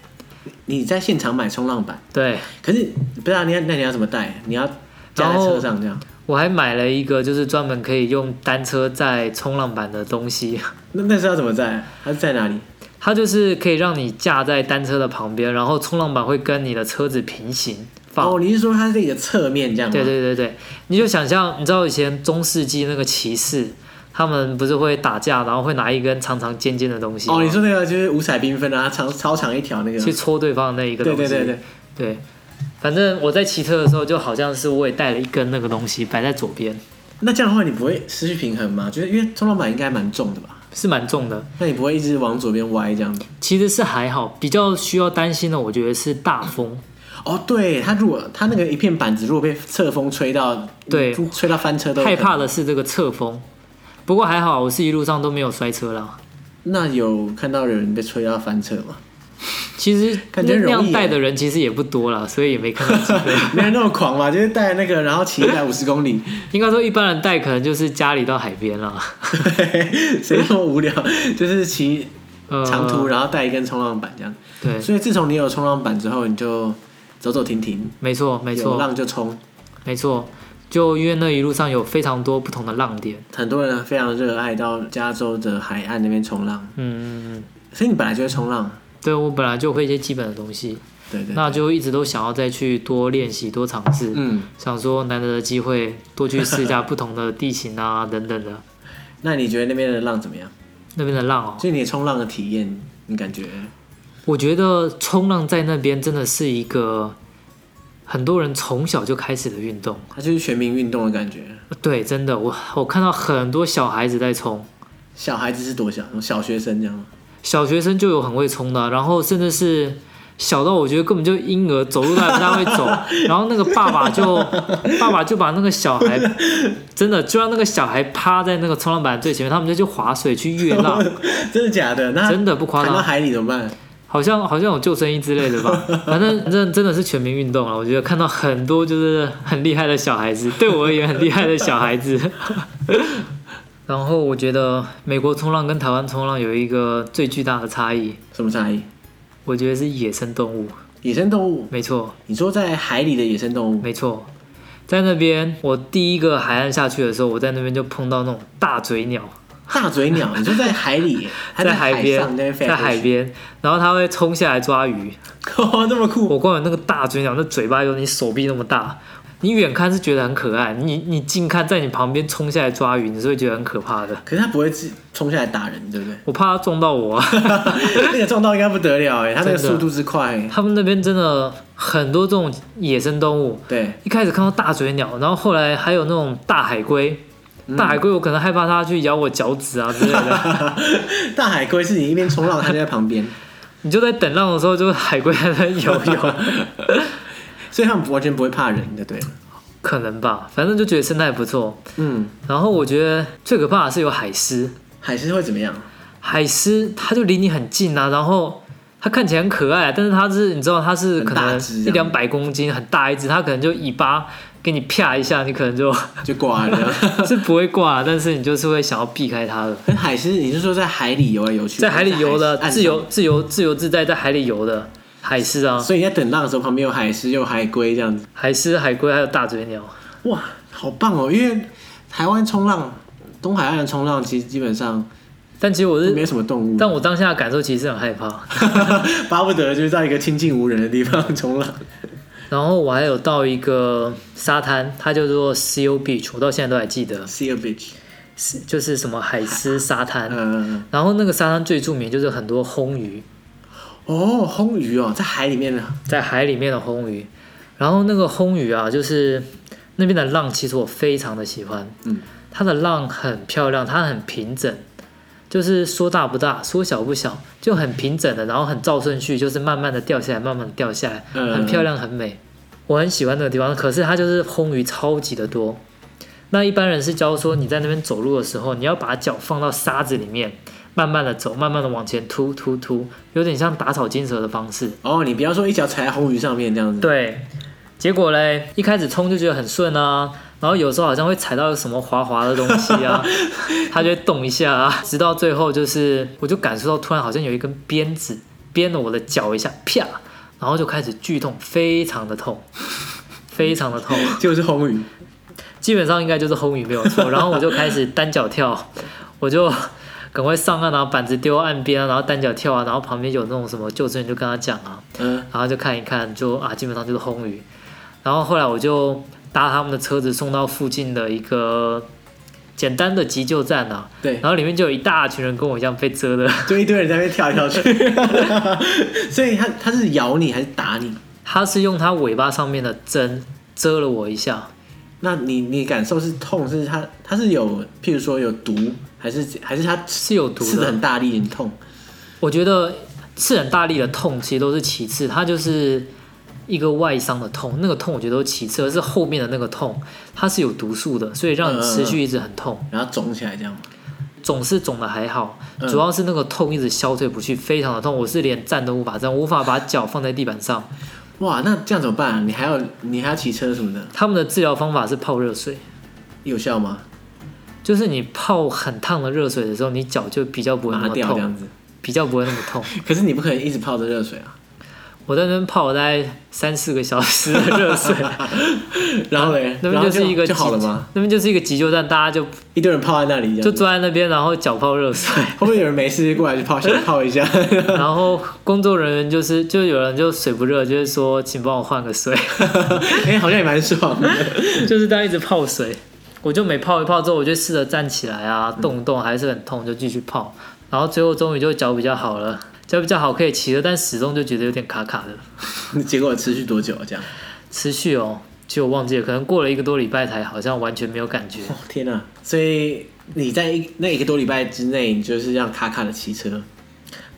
A: 你在现场买冲浪板，
B: 对
A: 可是不知道你要那你要怎么带？你要架在
B: 然后
A: 车上这样？
B: 我还买了一个就是专门可以用单车载冲浪板的东西，
A: 那那是要怎么在？还是在哪里？
B: 它就是可以让你架在单车的旁边，然后冲浪板会跟你的车子平行放。
A: 哦，你是说它是一个侧面这样吗？
B: 对对对对，你就想象，你知道以前中世纪那个骑士，他们不是会打架，然后会拿一根长长尖尖的东西吗，
A: 哦，你说那个就是五彩缤纷啊，长超长一条那个。
B: 去戳对方的那一个东
A: 对
B: 西。
A: 对对对，
B: 对反正我在骑车的时候，就好像是我也带了一根那个东西摆在左边，
A: 那这样的话，你不会失去平衡吗？就是因为冲浪板应该蛮重的吧？
B: 是蛮重的。
A: 那你不会一直往左边歪这样子？
B: 其实是还好，比较需要担心的，我觉得是大风。
A: 哦，对，它如果它那个一片板子如果被侧风吹到，
B: 对
A: 嗯吹到翻车都有
B: 害
A: 可能
B: 怕。的是这个侧风，不过还好，我是一路上都没有摔车啦。
A: 那有看到有人被吹到翻车吗？
B: 其实
A: 感觉
B: 那
A: 容易
B: 样带
A: 耶
B: 的人其实也不多啦，所以也没看到几个。
A: 没有那么狂吧？就是带那个，然后骑一百五十公里，
B: 应该说一般人带可能就是家里到海边啦，
A: 对 谁那么无聊？就是骑
B: 呃
A: 长途，然后带一根冲浪板这样。
B: 对，
A: 所以自从你有冲浪板之后，你就走走停停，
B: 没错没
A: 有
B: 错
A: 浪就冲。
B: 没错，就因为那一路上有非常多不同的浪点，
A: 很多人非常热爱到加州的海岸那边冲浪，
B: 嗯，
A: 所以你本来就会冲浪，
B: 对我本来就会一些基本的东西，
A: 对对
B: 那就一直都想要再去多练习多尝试，
A: 嗯，
B: 想说难得的机会多去试一下不同的地形啊等等的，
A: 那你觉得那边的浪怎么样？
B: 那边的浪哦，
A: 就你冲浪的体验，你感觉？
B: 我觉得冲浪在那边真的是一个很多人从小就开始的运动，
A: 它就是全民运动的感觉。
B: 对，真的我我看到很多小孩子在冲。
A: 小孩子是多小？小学生这样 吗？
B: 小学生就有很会冲的啊，然后甚至是小到我觉得根本就婴儿走路都还不太会走，然后那个爸爸就爸爸就把那个小孩真的就让那个小孩趴在那个冲浪板最前面，他们就去划水去越浪，
A: 真的假的？那
B: 真的不夸
A: 弹到
B: 张，
A: 海里怎么办？
B: 好像好像有救生衣之类的吧，反正这真的是全民运动了。我觉得看到很多就是很厉害的小孩子，对我而言很厉害的小孩子。然后我觉得美国冲浪跟台湾冲浪有一个最巨大的差异，
A: 什么差异？
B: 我觉得是野生动物，
A: 野生动物？
B: 没错，
A: 你说在海里的野生动物？
B: 没错。在那边，我第一个海岸下去的时候，我在那边就碰到那种大嘴鸟，
A: 大嘴鸟，你就在海里，还
B: 在
A: 海上
B: 边，
A: 那边飞
B: 在
A: 来飞
B: 海
A: 去，
B: 边，然后它会冲下来抓鱼。
A: 哇，这么酷！
B: 我光有那个大嘴鸟，那嘴巴有你手臂那么大，你远看是觉得很可爱，你你近看在你旁边冲下来抓鱼，你是会觉得很可怕的。
A: 可是它不会自冲下来打人，对不 对？
B: 我怕它撞到我、啊。
A: 那个撞到应该不得了哎，它那个
B: 真的
A: 速度之快哎，
B: 他们那边真的很多这种野生动物，
A: 对，
B: 一开始看到大嘴鸟，然后后来还有那种大海龟。
A: 嗯
B: 大海龟，我可能害怕它去咬我脚趾啊之类的。
A: 大海龟是你一边冲浪，它就在旁 边，
B: 你就在等浪的时候，就海龟还在游游，
A: 所以它们完全不会怕人的，对了。
B: 可能吧，反正就觉得生态不错。
A: 嗯，
B: 然后我觉得最可怕的是有海狮，
A: 海狮会怎么样？
B: 海狮它就离你很近啊，然后它看起来很可爱，啊但是它是你知道它是
A: 很
B: 可
A: 大
B: 能
A: 只啊
B: 一
A: 这样
B: 两百公斤，很大一只，它可能就尾巴给你啪一下，你可能就
A: 就挂了。
B: 是不会挂，但是你就是会想要避开它的。
A: 可是海狮，你是说在海里游来游去，
B: 在海里游的
A: 还是岸上
B: 自由，自由自由自在，在海里游的海狮啊，
A: 所以你在等浪的时候，旁边有海狮，有海龟这样子，
B: 海狮、海龟还有大嘴鸟，
A: 哇，好棒哦！因为台湾冲浪，东海岸的冲浪其实基本上
B: 但其实我
A: 没
B: 是，
A: 有什么动物，
B: 但我当下的感受其实很害怕。
A: 巴不得就是在一个清近无人的地方冲浪。
B: 然后我还有到一个沙滩，它叫做 Seal Beach，我到现在都还记得，
A: See a beach，
B: 是就是什么海狮沙滩。
A: 嗯，
B: 然后那个沙滩最著名就是很多红鱼，
A: 哦，红鱼哦，在海里面呢，
B: 在海里面的红鱼。然后那个红鱼啊，就是那边的浪，其实我非常的喜欢。
A: 嗯，
B: 它的浪很漂亮，它很平整，就是说大不大，说小不小，就很平整的，然后很照顺序，就是慢慢的掉下来，慢慢的掉下来，
A: 嗯
B: 很漂亮，很美。我很喜欢那个地方，可是它就是红鱼超级的多。那一般人是教说，你在那边走路的时候，你要把脚放到沙子里面，慢慢的走，慢慢的往前突突突，有点像打草惊蛇的方式。
A: 哦，你不要说一脚踩在红鱼上面这样子，
B: 对，结果嘞，一开始冲就觉得很顺啊，然后有时候好像会踩到什么滑滑的东西啊，它就会动一下啊，直到最后就是，我就感受到突然好像有一根鞭子鞭了我的脚一下，啪，然后就开始剧痛，非常的痛，非常的痛，
A: 就是红鱼，
B: 基本上应该就是轰鱼没有错。然后我就开始单脚跳，我就。赶快上岸啊，然后板子丢岸边啊，然后单脚跳啊，然后旁边有那种什么救生员就跟他讲啊，
A: 嗯，
B: 然后就看一看，就啊，基本上就是红鱼。然后后来我就搭他们的车子送到附近的一个简单的急救站啊，
A: 对。
B: 然后里面就有一大群人跟我一样被蛰的，
A: 就一堆人在那边跳来跳去， 所以它它是咬你还是打你？
B: 他是用他尾巴上面的针蛰了我一下，
A: 那你你感受是痛，是它它是有，譬如说有毒，还是还是它刺
B: 是有毒
A: 刺的
B: 的。
A: 很大力，很痛？
B: 我觉得刺很大力的痛其实都是其次，它就是一个外伤的痛，那个痛我觉得都是其次，而是后面的那个痛它是有毒素的，所以让你持续一直很痛。
A: 然后肿起来这样吗？
B: 肿是肿的还好，
A: 嗯
B: 主要是那个痛一直消退不去，非常的痛，我是连站都无法站，无法把脚放在地板上。
A: 哇，那这样怎么办、啊你还要你还要骑车什么的，
B: 他们的治疗方法是泡热水，
A: 有效吗？
B: 就是你泡很烫的热水的时候，你脚就比较不会那
A: 拔
B: 么
A: 掉这样
B: 痛，
A: 子？
B: 比较不会那么 痛。
A: 可是你不可能一直泡着热水啊。
B: 我在那边泡了大概三四个小时的热 水，
A: 然后嘞，
B: 那
A: 然后
B: 边是一个
A: 就好了
B: 急
A: 吗？？嗯
B: 那边就是一个急救站，大家就
A: 一堆人泡在那里，这
B: 就
A: 样子
B: 坐在那边，然后脚泡热水，
A: 会不会有人没事过来就泡想 泡一下？
B: 然后工作人员就是就有人就水不热，就是说请帮我换个水。
A: 哎、好像也蛮爽 的。
B: 就是这样一直泡水，我就每泡一泡之后，我就试着站起来啊，
A: 嗯
B: 动一动还是很痛，就继续泡，然后最后终于就脚比较好了，脚比较好可以骑了，但始终就觉得有点卡卡的，
A: 结果持续多久、啊、这样？
B: 持续哦，就我忘记了，可能过了一个多礼拜才好像完全没有感 觉，
A: 哦天哪、所以你在一那一个多礼拜之内，你就是这样卡卡的骑车，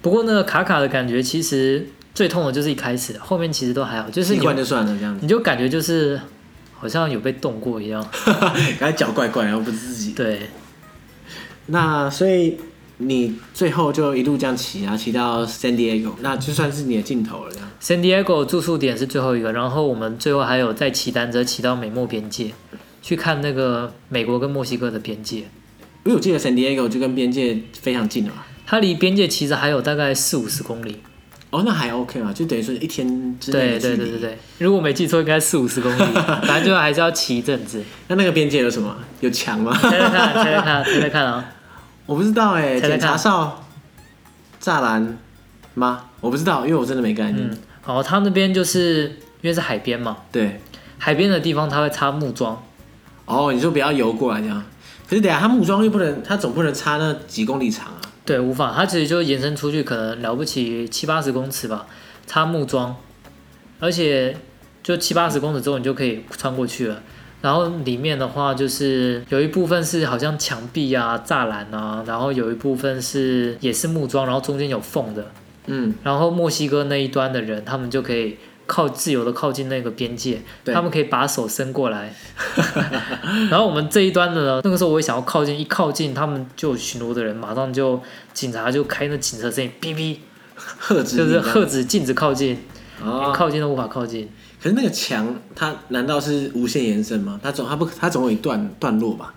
B: 不过那个卡卡的感觉其实最痛的就是一开始，后面其实都还好，就是
A: 习
B: 你
A: 惯就算了这样子，
B: 你就感觉就是好像有被动过一样，
A: 感觉脚怪怪，然后不是自己。
B: 对，
A: 那所以你最后就一路这样骑，然后骑到 San Diego，那就算是你的尽头了。这样
B: San Diego 住宿点是最后一个，然后我们最后还有再骑单车骑到美墨边界，去看那个美国跟墨西哥的边界。
A: 因为我记得 San Diego 就跟边界非常近了嘛。
B: 它离边界其实还有大概四五十公里，
A: 哦，那还 OK 嘛，就等于说一天之内的
B: 对
A: 距
B: 对
A: 离。
B: 对对对，如果我没记错，应该四五十 公里，反正就还是要骑一阵子。
A: 那那个边界有什么？有墙吗？
B: 猜猜看，猜猜看，猜猜看啊！
A: 我不知道 哎、
B: 猜猜看
A: 检查哨、栅栏吗？我不知道，因为我真的没概念。
B: 嗯，好，它那边就是因为是海边嘛，
A: 对，
B: 海边的地方它会插木桩，
A: 哦，你说不要游过来这样。可是等一下，他木桩又不能，他总不能差那几公里长啊。
B: 对，无法，它其实就延伸出去，可能了不起七八十公尺吧，插木桩，而且就七八十公尺之后你就可以穿过去了。然后里面的话，就是有一部分是好像墙壁啊、栅栏啊，然后有一部分是也是木桩，然后中间有缝的。
A: 嗯，
B: 然后墨西哥那一端的人，他们就可以靠自由的靠近那个边界，
A: 对
B: 他们可以把手伸过来。 然后我们这一端的呢，那个时候我也想要靠近，一靠近他们就有巡逻的人，马上就警察就开那警车声音，哔哔，
A: 喝止
B: 就是
A: 你这样
B: 喝止禁止靠近，连
A: 哦。
B: 靠近都无法靠近。
A: 可是那个墙，它难道是无限延伸吗？它总它不它总有一段段落吧，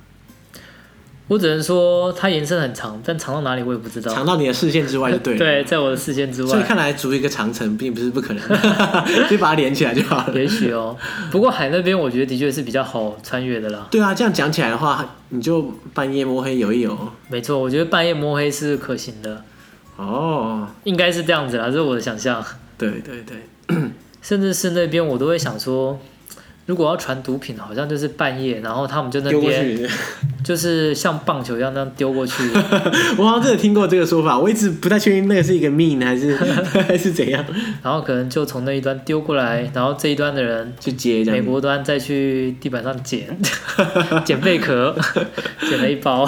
B: 我只能说它延伸很长，但长到哪里我也不知道。
A: 长到你的视线之外就对了。
B: 对，在我的视线之
A: 所以
B: 外，
A: 看 来筑一个长城并不是不 可能，就把它连起来就好了。
B: 也许哦。不过海那边我觉得的确是比较好穿越的啦。
A: 对啊，这样讲起来的话，你就半夜摸黑游一游。
B: 没错，我觉得半夜摸黑是可行的，
A: 哦，
B: 应该是这样子啦，这是我的想象。
A: 对对对，
B: 甚至是那边我都会想说，如果要传毒品，好像就是半夜，然后他们就那
A: 丢过
B: 边
A: 去。
B: 就是像棒球一样那样丢过去，
A: 我好像真的听过这个说法，我一直不太确定那个是一个 mean 还是 还是怎样
B: 然后可能就从那一端丢过来，然后这一端的人
A: 去接这
B: 美
A: 样子。
B: 国端再去地板上捡， 捡贝壳， 捡了一包。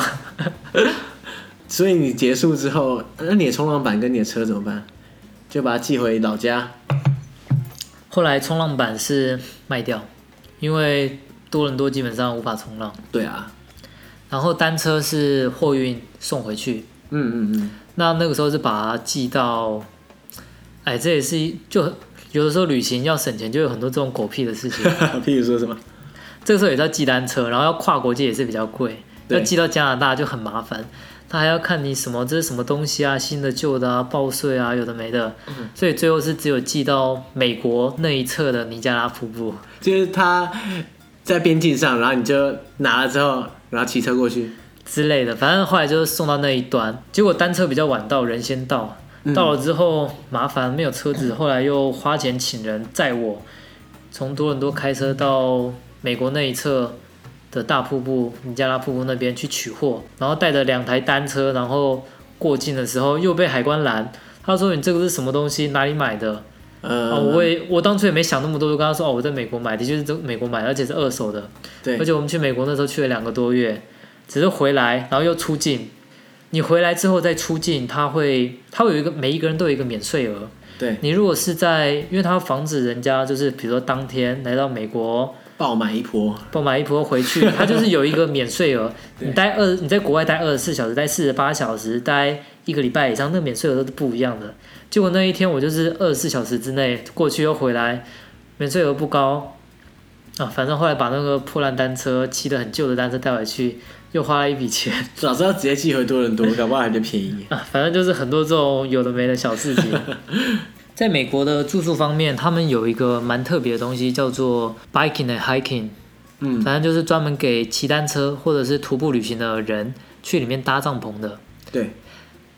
A: 所以你结束之后，那你的冲浪板跟你的车怎么办？就把它寄回老家。
B: 后来冲浪板是卖掉，因为多伦多基本上无法冲浪，
A: 对啊，
B: 然后单车是货运送回去，
A: 嗯嗯嗯，
B: 那那个时候是把它寄到，哎，这也是一就有的时候旅行要省钱，就有很多这种狗屁的事情。
A: 嗯 譬如说什么？
B: 这个时候也叫寄单车，然后要跨国界也是比较贵，
A: 对
B: 要寄到加拿大就很麻烦。他还要看你什么，这是什么东西啊，新的、旧的啊，报税啊，有的没的，所以最后是只有寄到美国那一侧的尼加拉瀑布。
A: 就是他在边境上，然后你就拿了之后，然后骑车过去。
B: 之类的，反正后来就是送到那一端，结果单车比较晚到，人先到，到了之后麻烦没有车子，后来又花钱请人载我，从多伦多开车到美国那一侧的大瀑布尼加拉瀑布那边去取货，然后带着两台单车，然后过境的时候又被海关拦，他说你这个是什么东西，哪里买的？
A: 呃，
B: 啊，我也我当初也没想那么多，就跟他说哦我在美国买的，的确是在美国买的，而且是二手的。
A: 对
B: 而，且我们去美国那时候去了两个多月，只是回来，然后又出境。你回来之后再出境，他会他会有一个每一个人都有一个免税额。
A: 对，
B: 你如果是在，因为他防止人家就是比如说当天来到美国
A: 爆买一波。
B: 购买一波回去，他就是有一个免税额。
A: 对
B: 你待二你在国外待二十四小时，待四十八小时，待一个礼拜以上，那个免税额都是不一样的。结果那一天我就是二十四小时之内过去又回来，免税额不高啊。反正后来把那个破烂单车、骑的很旧的单车带回去，又花了一笔钱
A: 早知道直接寄回多伦多，搞不好还比较便宜。
B: 啊。反正就是很多这种有的没的小事 情。在美国的住宿方面，他们有一个蛮特别的东西，叫做 biking and hiking。
A: 嗯，
B: 反正就是专门给骑单车或者是徒步旅行的人去里面搭帐篷的。
A: 对，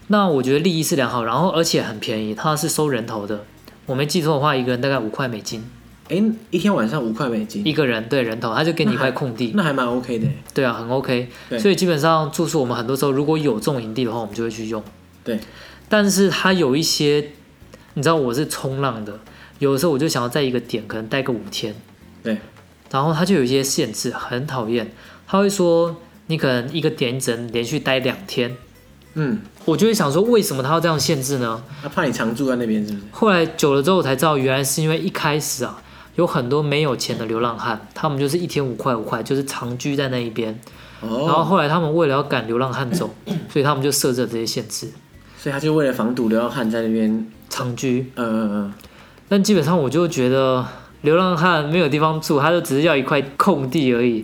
B: 那我觉得利益是良好，然后而且很便宜，它是收人头的。我没记错的话，一个人大概五块美金，
A: 哎、一天晚上五块美金，
B: 一个人对人头，他就给你一块 空地，
A: 那还蛮 OK 的。
B: 对啊，很 OK
A: 对。
B: 所以基本上住宿，我们很多时候如果有这种营地的话，我们就会去用。
A: 对，
B: 但是它有一些，你知道我是冲浪的，有的时候我就想要在一个点可能待个五天，
A: 对，
B: 然后它就有一些限制，很讨厌。他会说你可能一个点只能连续待两天，
A: 嗯，
B: 我就会想说为什么他要这样限制呢？
A: 那怕你常住在那边是不是？
B: 后来久了之后我才知道，原来是因为一开始啊，有很多没有钱的流浪汉，他们就是一天五块五块，就是长居在那一边。然后
A: 哦，
B: 后来他们为了要赶流浪汉走，所以他们就设置了这些限制，
A: 所以他就为了防堵流浪汉在那边，
B: 长居。
A: 呃呃呃，
B: 但基本上我就觉得流浪汉没有地方住，他就只是要一块空地而已，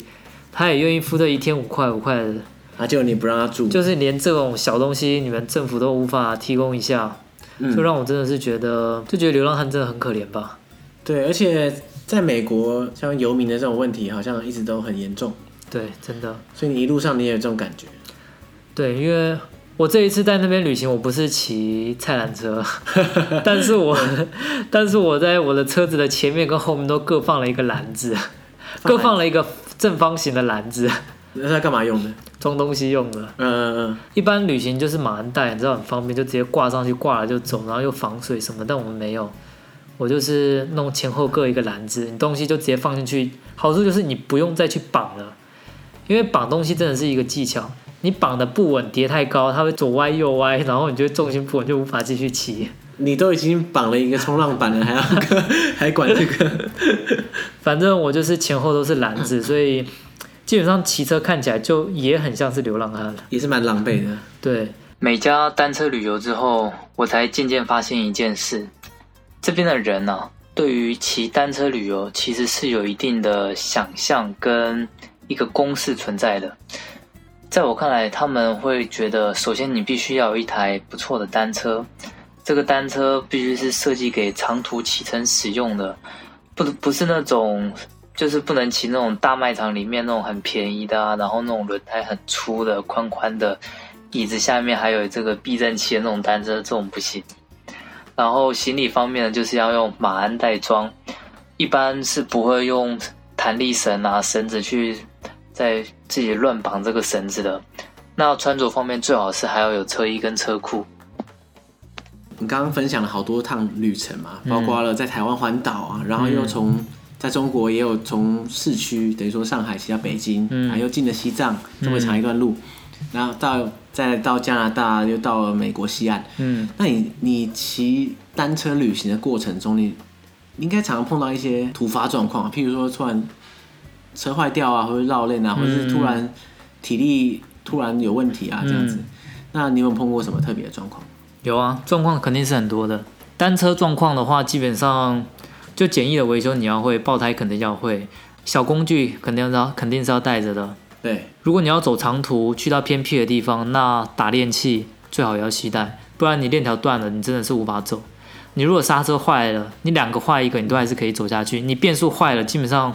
B: 他也愿意付这一天五块五块的，
A: 啊，结果你不让他住，
B: 就是连这种小东西你们政府都无法提供一下，
A: 嗯
B: 就让我真的是觉得，就觉得流浪汉真的很可怜吧。
A: 对，而且在美国，像游民的这种问题好像一直都很严重，
B: 对，真的，
A: 所以你一路上你也有这种感觉。
B: 对，因为我这一次在那边旅行，我不是骑菜篮 车，但是 我，但是我在我的车子的前面跟后面都各放了一个篮子，各放了一个正方形的篮子，
A: 那是干嘛用的？
B: 装东西用的。
A: 嗯嗯
B: 一般旅行就是马鞍带，你知道很方便，就直接挂上去，挂了就走，然后又防水什么。但我们没有，我就是弄前后各一个篮子，你东西就直接放进去。好处就是你不用再去绑了，因为绑东西真的是一个技巧。你绑的不稳，叠太高，它会左歪右歪，然后你就会重心不稳，就无法继续骑。
A: 嗯，你都已经绑了一个冲浪板了，还要 还管这个？
B: 反正我就是前后都是篮子，所以基本上骑车看起来就也很像是流浪汉了。
A: 也是蛮狼狈的。
B: 对，
C: 每家单车旅游之后，我才渐渐发现一件事：这边的人呢、啊，对于骑单车旅游其实是有一定的想象跟一个公式存在的。在我看来，他们会觉得，首先你必须要有一台不错的单车，这个单车必须是设计给长途启程使用的，不不是那种就是不能骑那种大卖场里面那种很便宜的啊，然后那种轮胎很粗的、宽宽的，椅子下面还有这个避震器的那种单车，这种不行。然后行李方面呢，就是要用马鞍带装，一般是不会用弹力绳啊、绳子去在自己乱绑这个绳子的。那穿着方面，最好是还要有车衣跟车裤。
A: 你刚刚分享了好多趟旅程嘛，包括了在台湾环岛啊，然后又从在中国也有从市区，等于说上海骑到北京，
B: 嗯
A: 然后又进了西藏，这么长一段路，然后到再到加拿大，又到了美国西岸。
B: 嗯，
A: 那你你骑单车旅行的过程中，你你应该常常碰到一些突发状况，啊譬如说突然车坏掉啊，或者绕链啊，或者是突然体力突然有问题啊这样子。那你有没有碰过什么特别的状况？
B: 有啊，状况肯定是很多的。单车状况的话，基本上就简易的维修你要会，爆胎肯定要会，小工具肯定要肯定是要带着的。
A: 对，
B: 如果你要走长途去到偏僻的地方，那打链器最好也要携带，不然你链条断了，你真的是无法走。你如果刹车坏了，你两个坏一个，你都还是可以走下去。你变速坏了，基本上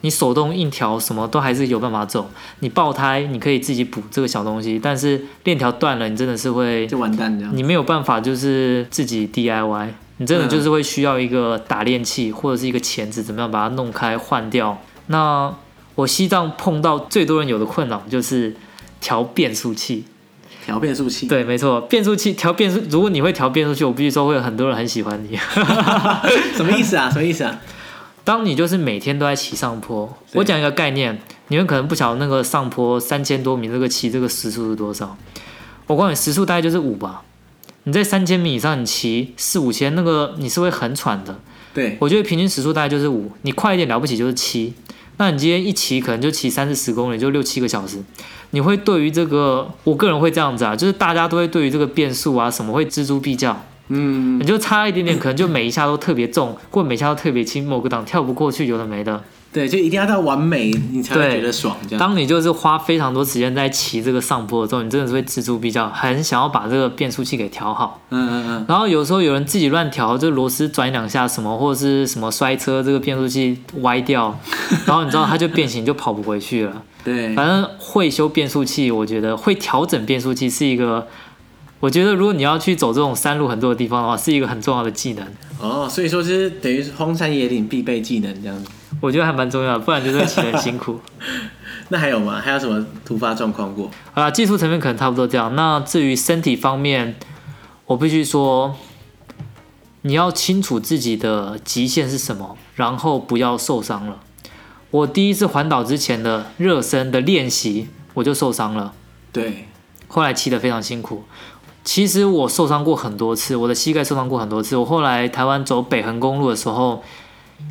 B: 你手动硬调什么都还是有办法走。你爆胎你可以自己补这个小东西，但是链条断了，你真的是会
A: 就完蛋这样。
B: 你没有办法就是自己 DIY，你真的就是会需要一个打链器或者是一个钳子，怎么样把它弄开换掉。那我西藏碰到最多人有的困扰就是调变速器。
A: 调变速器，
B: 对，没错，变速器调变速，如果你会调变速器，我必须说会有很多人很喜欢你。
A: 什么意思啊？什么意思啊？
B: 当你就是每天都在骑上坡，
A: 对
B: 我讲一个概念，你们可能不晓得那个上坡三千多米这个骑这个时速是多少。我告诉你，时速大概就是五吧。你在三千米以上，你骑四五千，那个你是会很喘的。
A: 对，
B: 我觉得平均时速大概就是五，你快一点了不起就是七。那你今天一骑可能就骑三四十公里，就六七个小时。你会对于这个，我个人会这样子啊，就是大家都会对于这个变速啊什么会锱铢必较。
A: 嗯，
B: 你就差一点点，可能就每一下都特别重，或每一下都特别轻，某个档跳不过去，有的没的。
A: 对，就一定要到完美，你才会
B: 对
A: 觉得爽这样。
B: 当你就是花非常多时间在骑这个上坡的时候，你真的是会锱铢必较，很想要把这个变速器给调好。
A: 嗯嗯
B: 然后有时候有人自己乱调，就螺丝转两下什么，或者是什么摔车，这个变速器歪掉，然后你知道它就变形，就跑不回去了。
A: 嗯，对，
B: 反正会修变速器，我觉得会调整变速器是一个，我觉得如果你要去走这种山路很多的地方的话，是一个很重要的技能。
A: 哦，所以说就是等于是荒山野岭必备技能这样子。
B: 我觉得还蛮重要的，不然就是会骑得很辛苦。
A: 那还有吗？还有什么突发状况过？
B: 好啦，技术层面可能差不多这样。那至于身体方面，我必须说，你要清楚自己的极限是什么，然后不要受伤了。我第一次环岛之前的热身的练习，我就受伤了，
A: 对，
B: 后来骑得非常辛苦。其实我受伤过很多次，我的膝盖受伤过很多次。我后来台湾走北横公路的时候，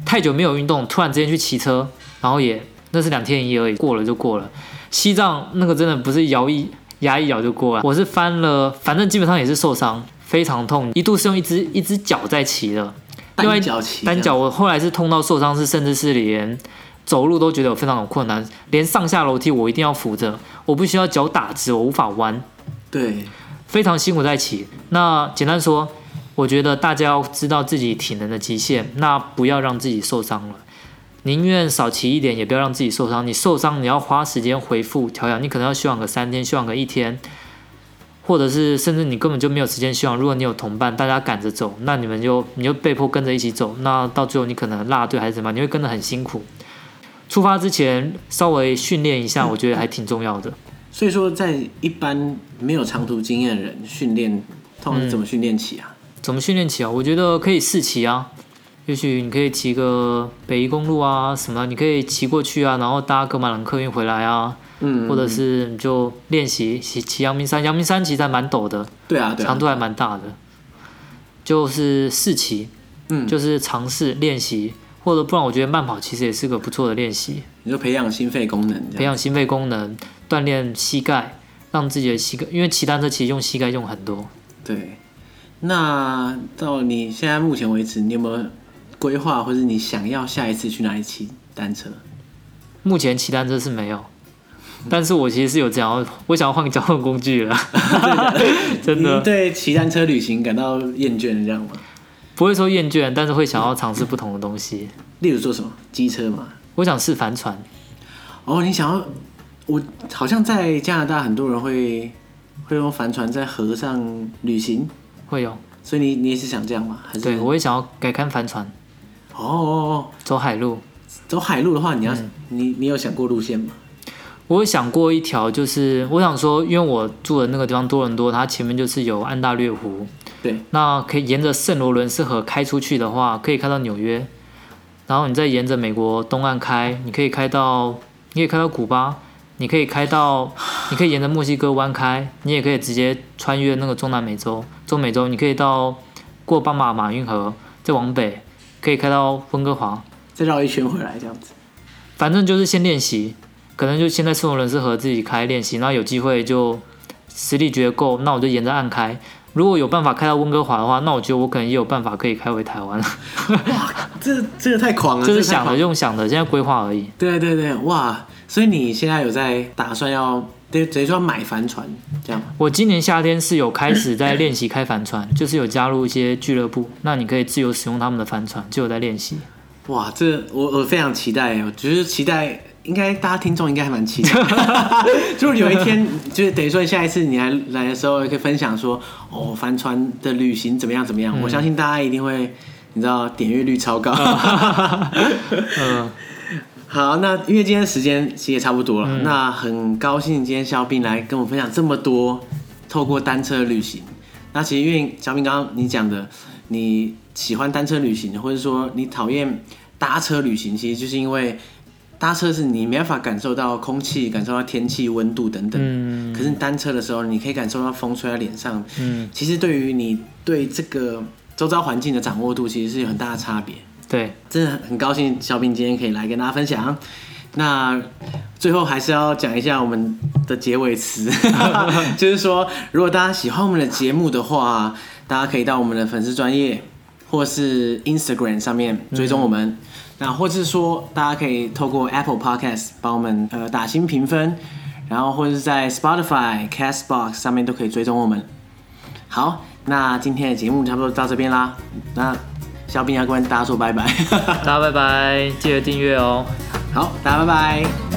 B: 太久没有运动，突然之间去骑车，然后也那是两天一夜而已，过了就过了。西藏那个真的不是摇一牙一咬就过了，我是翻了，反正基本上也是受伤，非常痛，一度是用一只一只脚在骑的，另外
A: 单脚骑，
B: 单脚，我后来是痛到受伤，是甚至是连走路都觉得有非常有困难，连上下楼梯我一定要扶着，我必须要脚打直，我无法弯，
A: 对，
B: 非常辛苦在骑。那简单说，我觉得大家要知道自己体能的极限，那不要让自己受伤了。宁愿少骑一点，也不要让自己受伤。你受伤，你要花时间恢复调养，你可能要休养个三天，休养个一天，或者是甚至你根本就没有时间休养。如果你有同伴，大家赶着走，那你们就你就被迫跟着一起走，那到最后你可能落队还是怎么样，你会跟得很辛苦。出发之前稍微训练一下，我觉得还挺重要的。
A: 所以说，在一般没有长途经验的人训练，通常是怎
B: 嗯
A: 么训练起啊？
B: 怎么训练骑啊？我觉得可以试骑啊，也许你可以骑个北宜公路啊什么，你可以骑过去啊，然后搭格马兰客运回来啊，
A: 嗯，
B: 或者是你就练习骑骑阳明山，阳明山其实还蛮陡的，
A: 对啊，对啊，
B: 长度还蛮大的，就是试骑，
A: 嗯，
B: 就是尝试练习，或者不然我觉得慢跑其实也是个不错的练习，
A: 你就培养心肺功能这
B: 培
A: 样。
B: 养心肺功能，锻炼膝盖，让自己的膝盖，因为骑单车其实用膝盖用很多，
A: 对，那到你现在目前为止，你有没有规划，或者你想要下一次去哪里骑单车？
B: 目前骑单车是没有，但是我其实是有这样，我想要换个交通工具了， 真
A: 你
B: 的
A: 对骑单车旅行感到厌倦这样吗？
B: 不会说厌倦，但是会想要尝试不同的东西。
A: 例如做什么？机车嘛？
B: 我想试帆船，
A: 哦，你想要？我好像在加拿大，很多人会会用帆船在河上旅行，
B: 会有，
A: 所以你你也是想这样吗？还是
B: 对我也想要改看帆船，
A: 哦哦哦，
B: 走海路。
A: 走海路的话，你
B: 嗯
A: 要、你你有想过路线吗？
B: 我有想过一条，就是我想说，因为我住的那个地方多伦多，它前面就是有安大略湖，
A: 对，
B: 那可以沿着圣罗伦斯河开出去的话，可以开到纽约，然后你再沿着美国东岸开，你可以开到，你可以开到古巴，你可以开到，你可以沿着墨西哥湾开，你也可以直接穿越那个中南美洲、中美洲，你可以到过巴马马运河，再往北可以开到温哥华，
A: 再绕一圈回来这样子。
B: 反正就是先练习，可能就先在圣罗伦斯河自己开练习，然后有机会就实力觉得够，那我就沿着岸开。如果有办法开到温哥华的话，那我觉得我可能也有办法可以开回台 湾了。
A: 这这个太狂了，
B: 这是
A: 个太
B: 想
A: 狂
B: 的
A: 了
B: 用想的，现在规划而已。
A: 对对对，哇！所以你现在有在打算要，对，等于说买帆船这样吗？
B: 我今年夏天是有开始在练习开帆 船，就是有加入一些俱乐部，那你可以自由使用他们的帆船，就有在练习。
A: 哇，这我我非常期待哦，只是期待，应该大家听众应该还蛮期待。就是有一天，就是等于说下一次你来来的时候，也可以分享说，哦，帆船的旅行怎么样怎么样。我相信大家一定会，你知道点阅率超高。
B: 嗯，
A: 好，那因为今天时间其实也差不多了，那很高兴今天肖斌来跟我分享这么多，透过单车旅行。那其实因为小斌刚刚你讲的，你喜欢单车旅行，或者说你讨厌搭车旅行，其实就是因为搭车是你没办法感受到空气、感受到天气、温度等等。
B: 嗯
A: 可是你单车的时候，你可以感受到风吹在脸上。
B: 嗯，
A: 其实对于你对这个周遭环境的掌握度，其实是有很大的差别。
B: 对，
A: 真的很高兴小品今天可以来跟大家分享。那最后还是要讲一下我们的结尾词，就是说，如果大家喜欢我们的节目的话，大家可以到我们的粉丝专业或是 Instagram 上面追踪我们。那或是说，大家可以透过 Apple Podcast 帮我们呃打新评分，然后或者是在 Spotify、Castbox 上面都可以追踪我们。好，那今天的节目差不多到这边啦。那肖斌要跟大家说拜拜。
B: 大家拜拜，记得订阅哦。
A: 好，大家拜拜。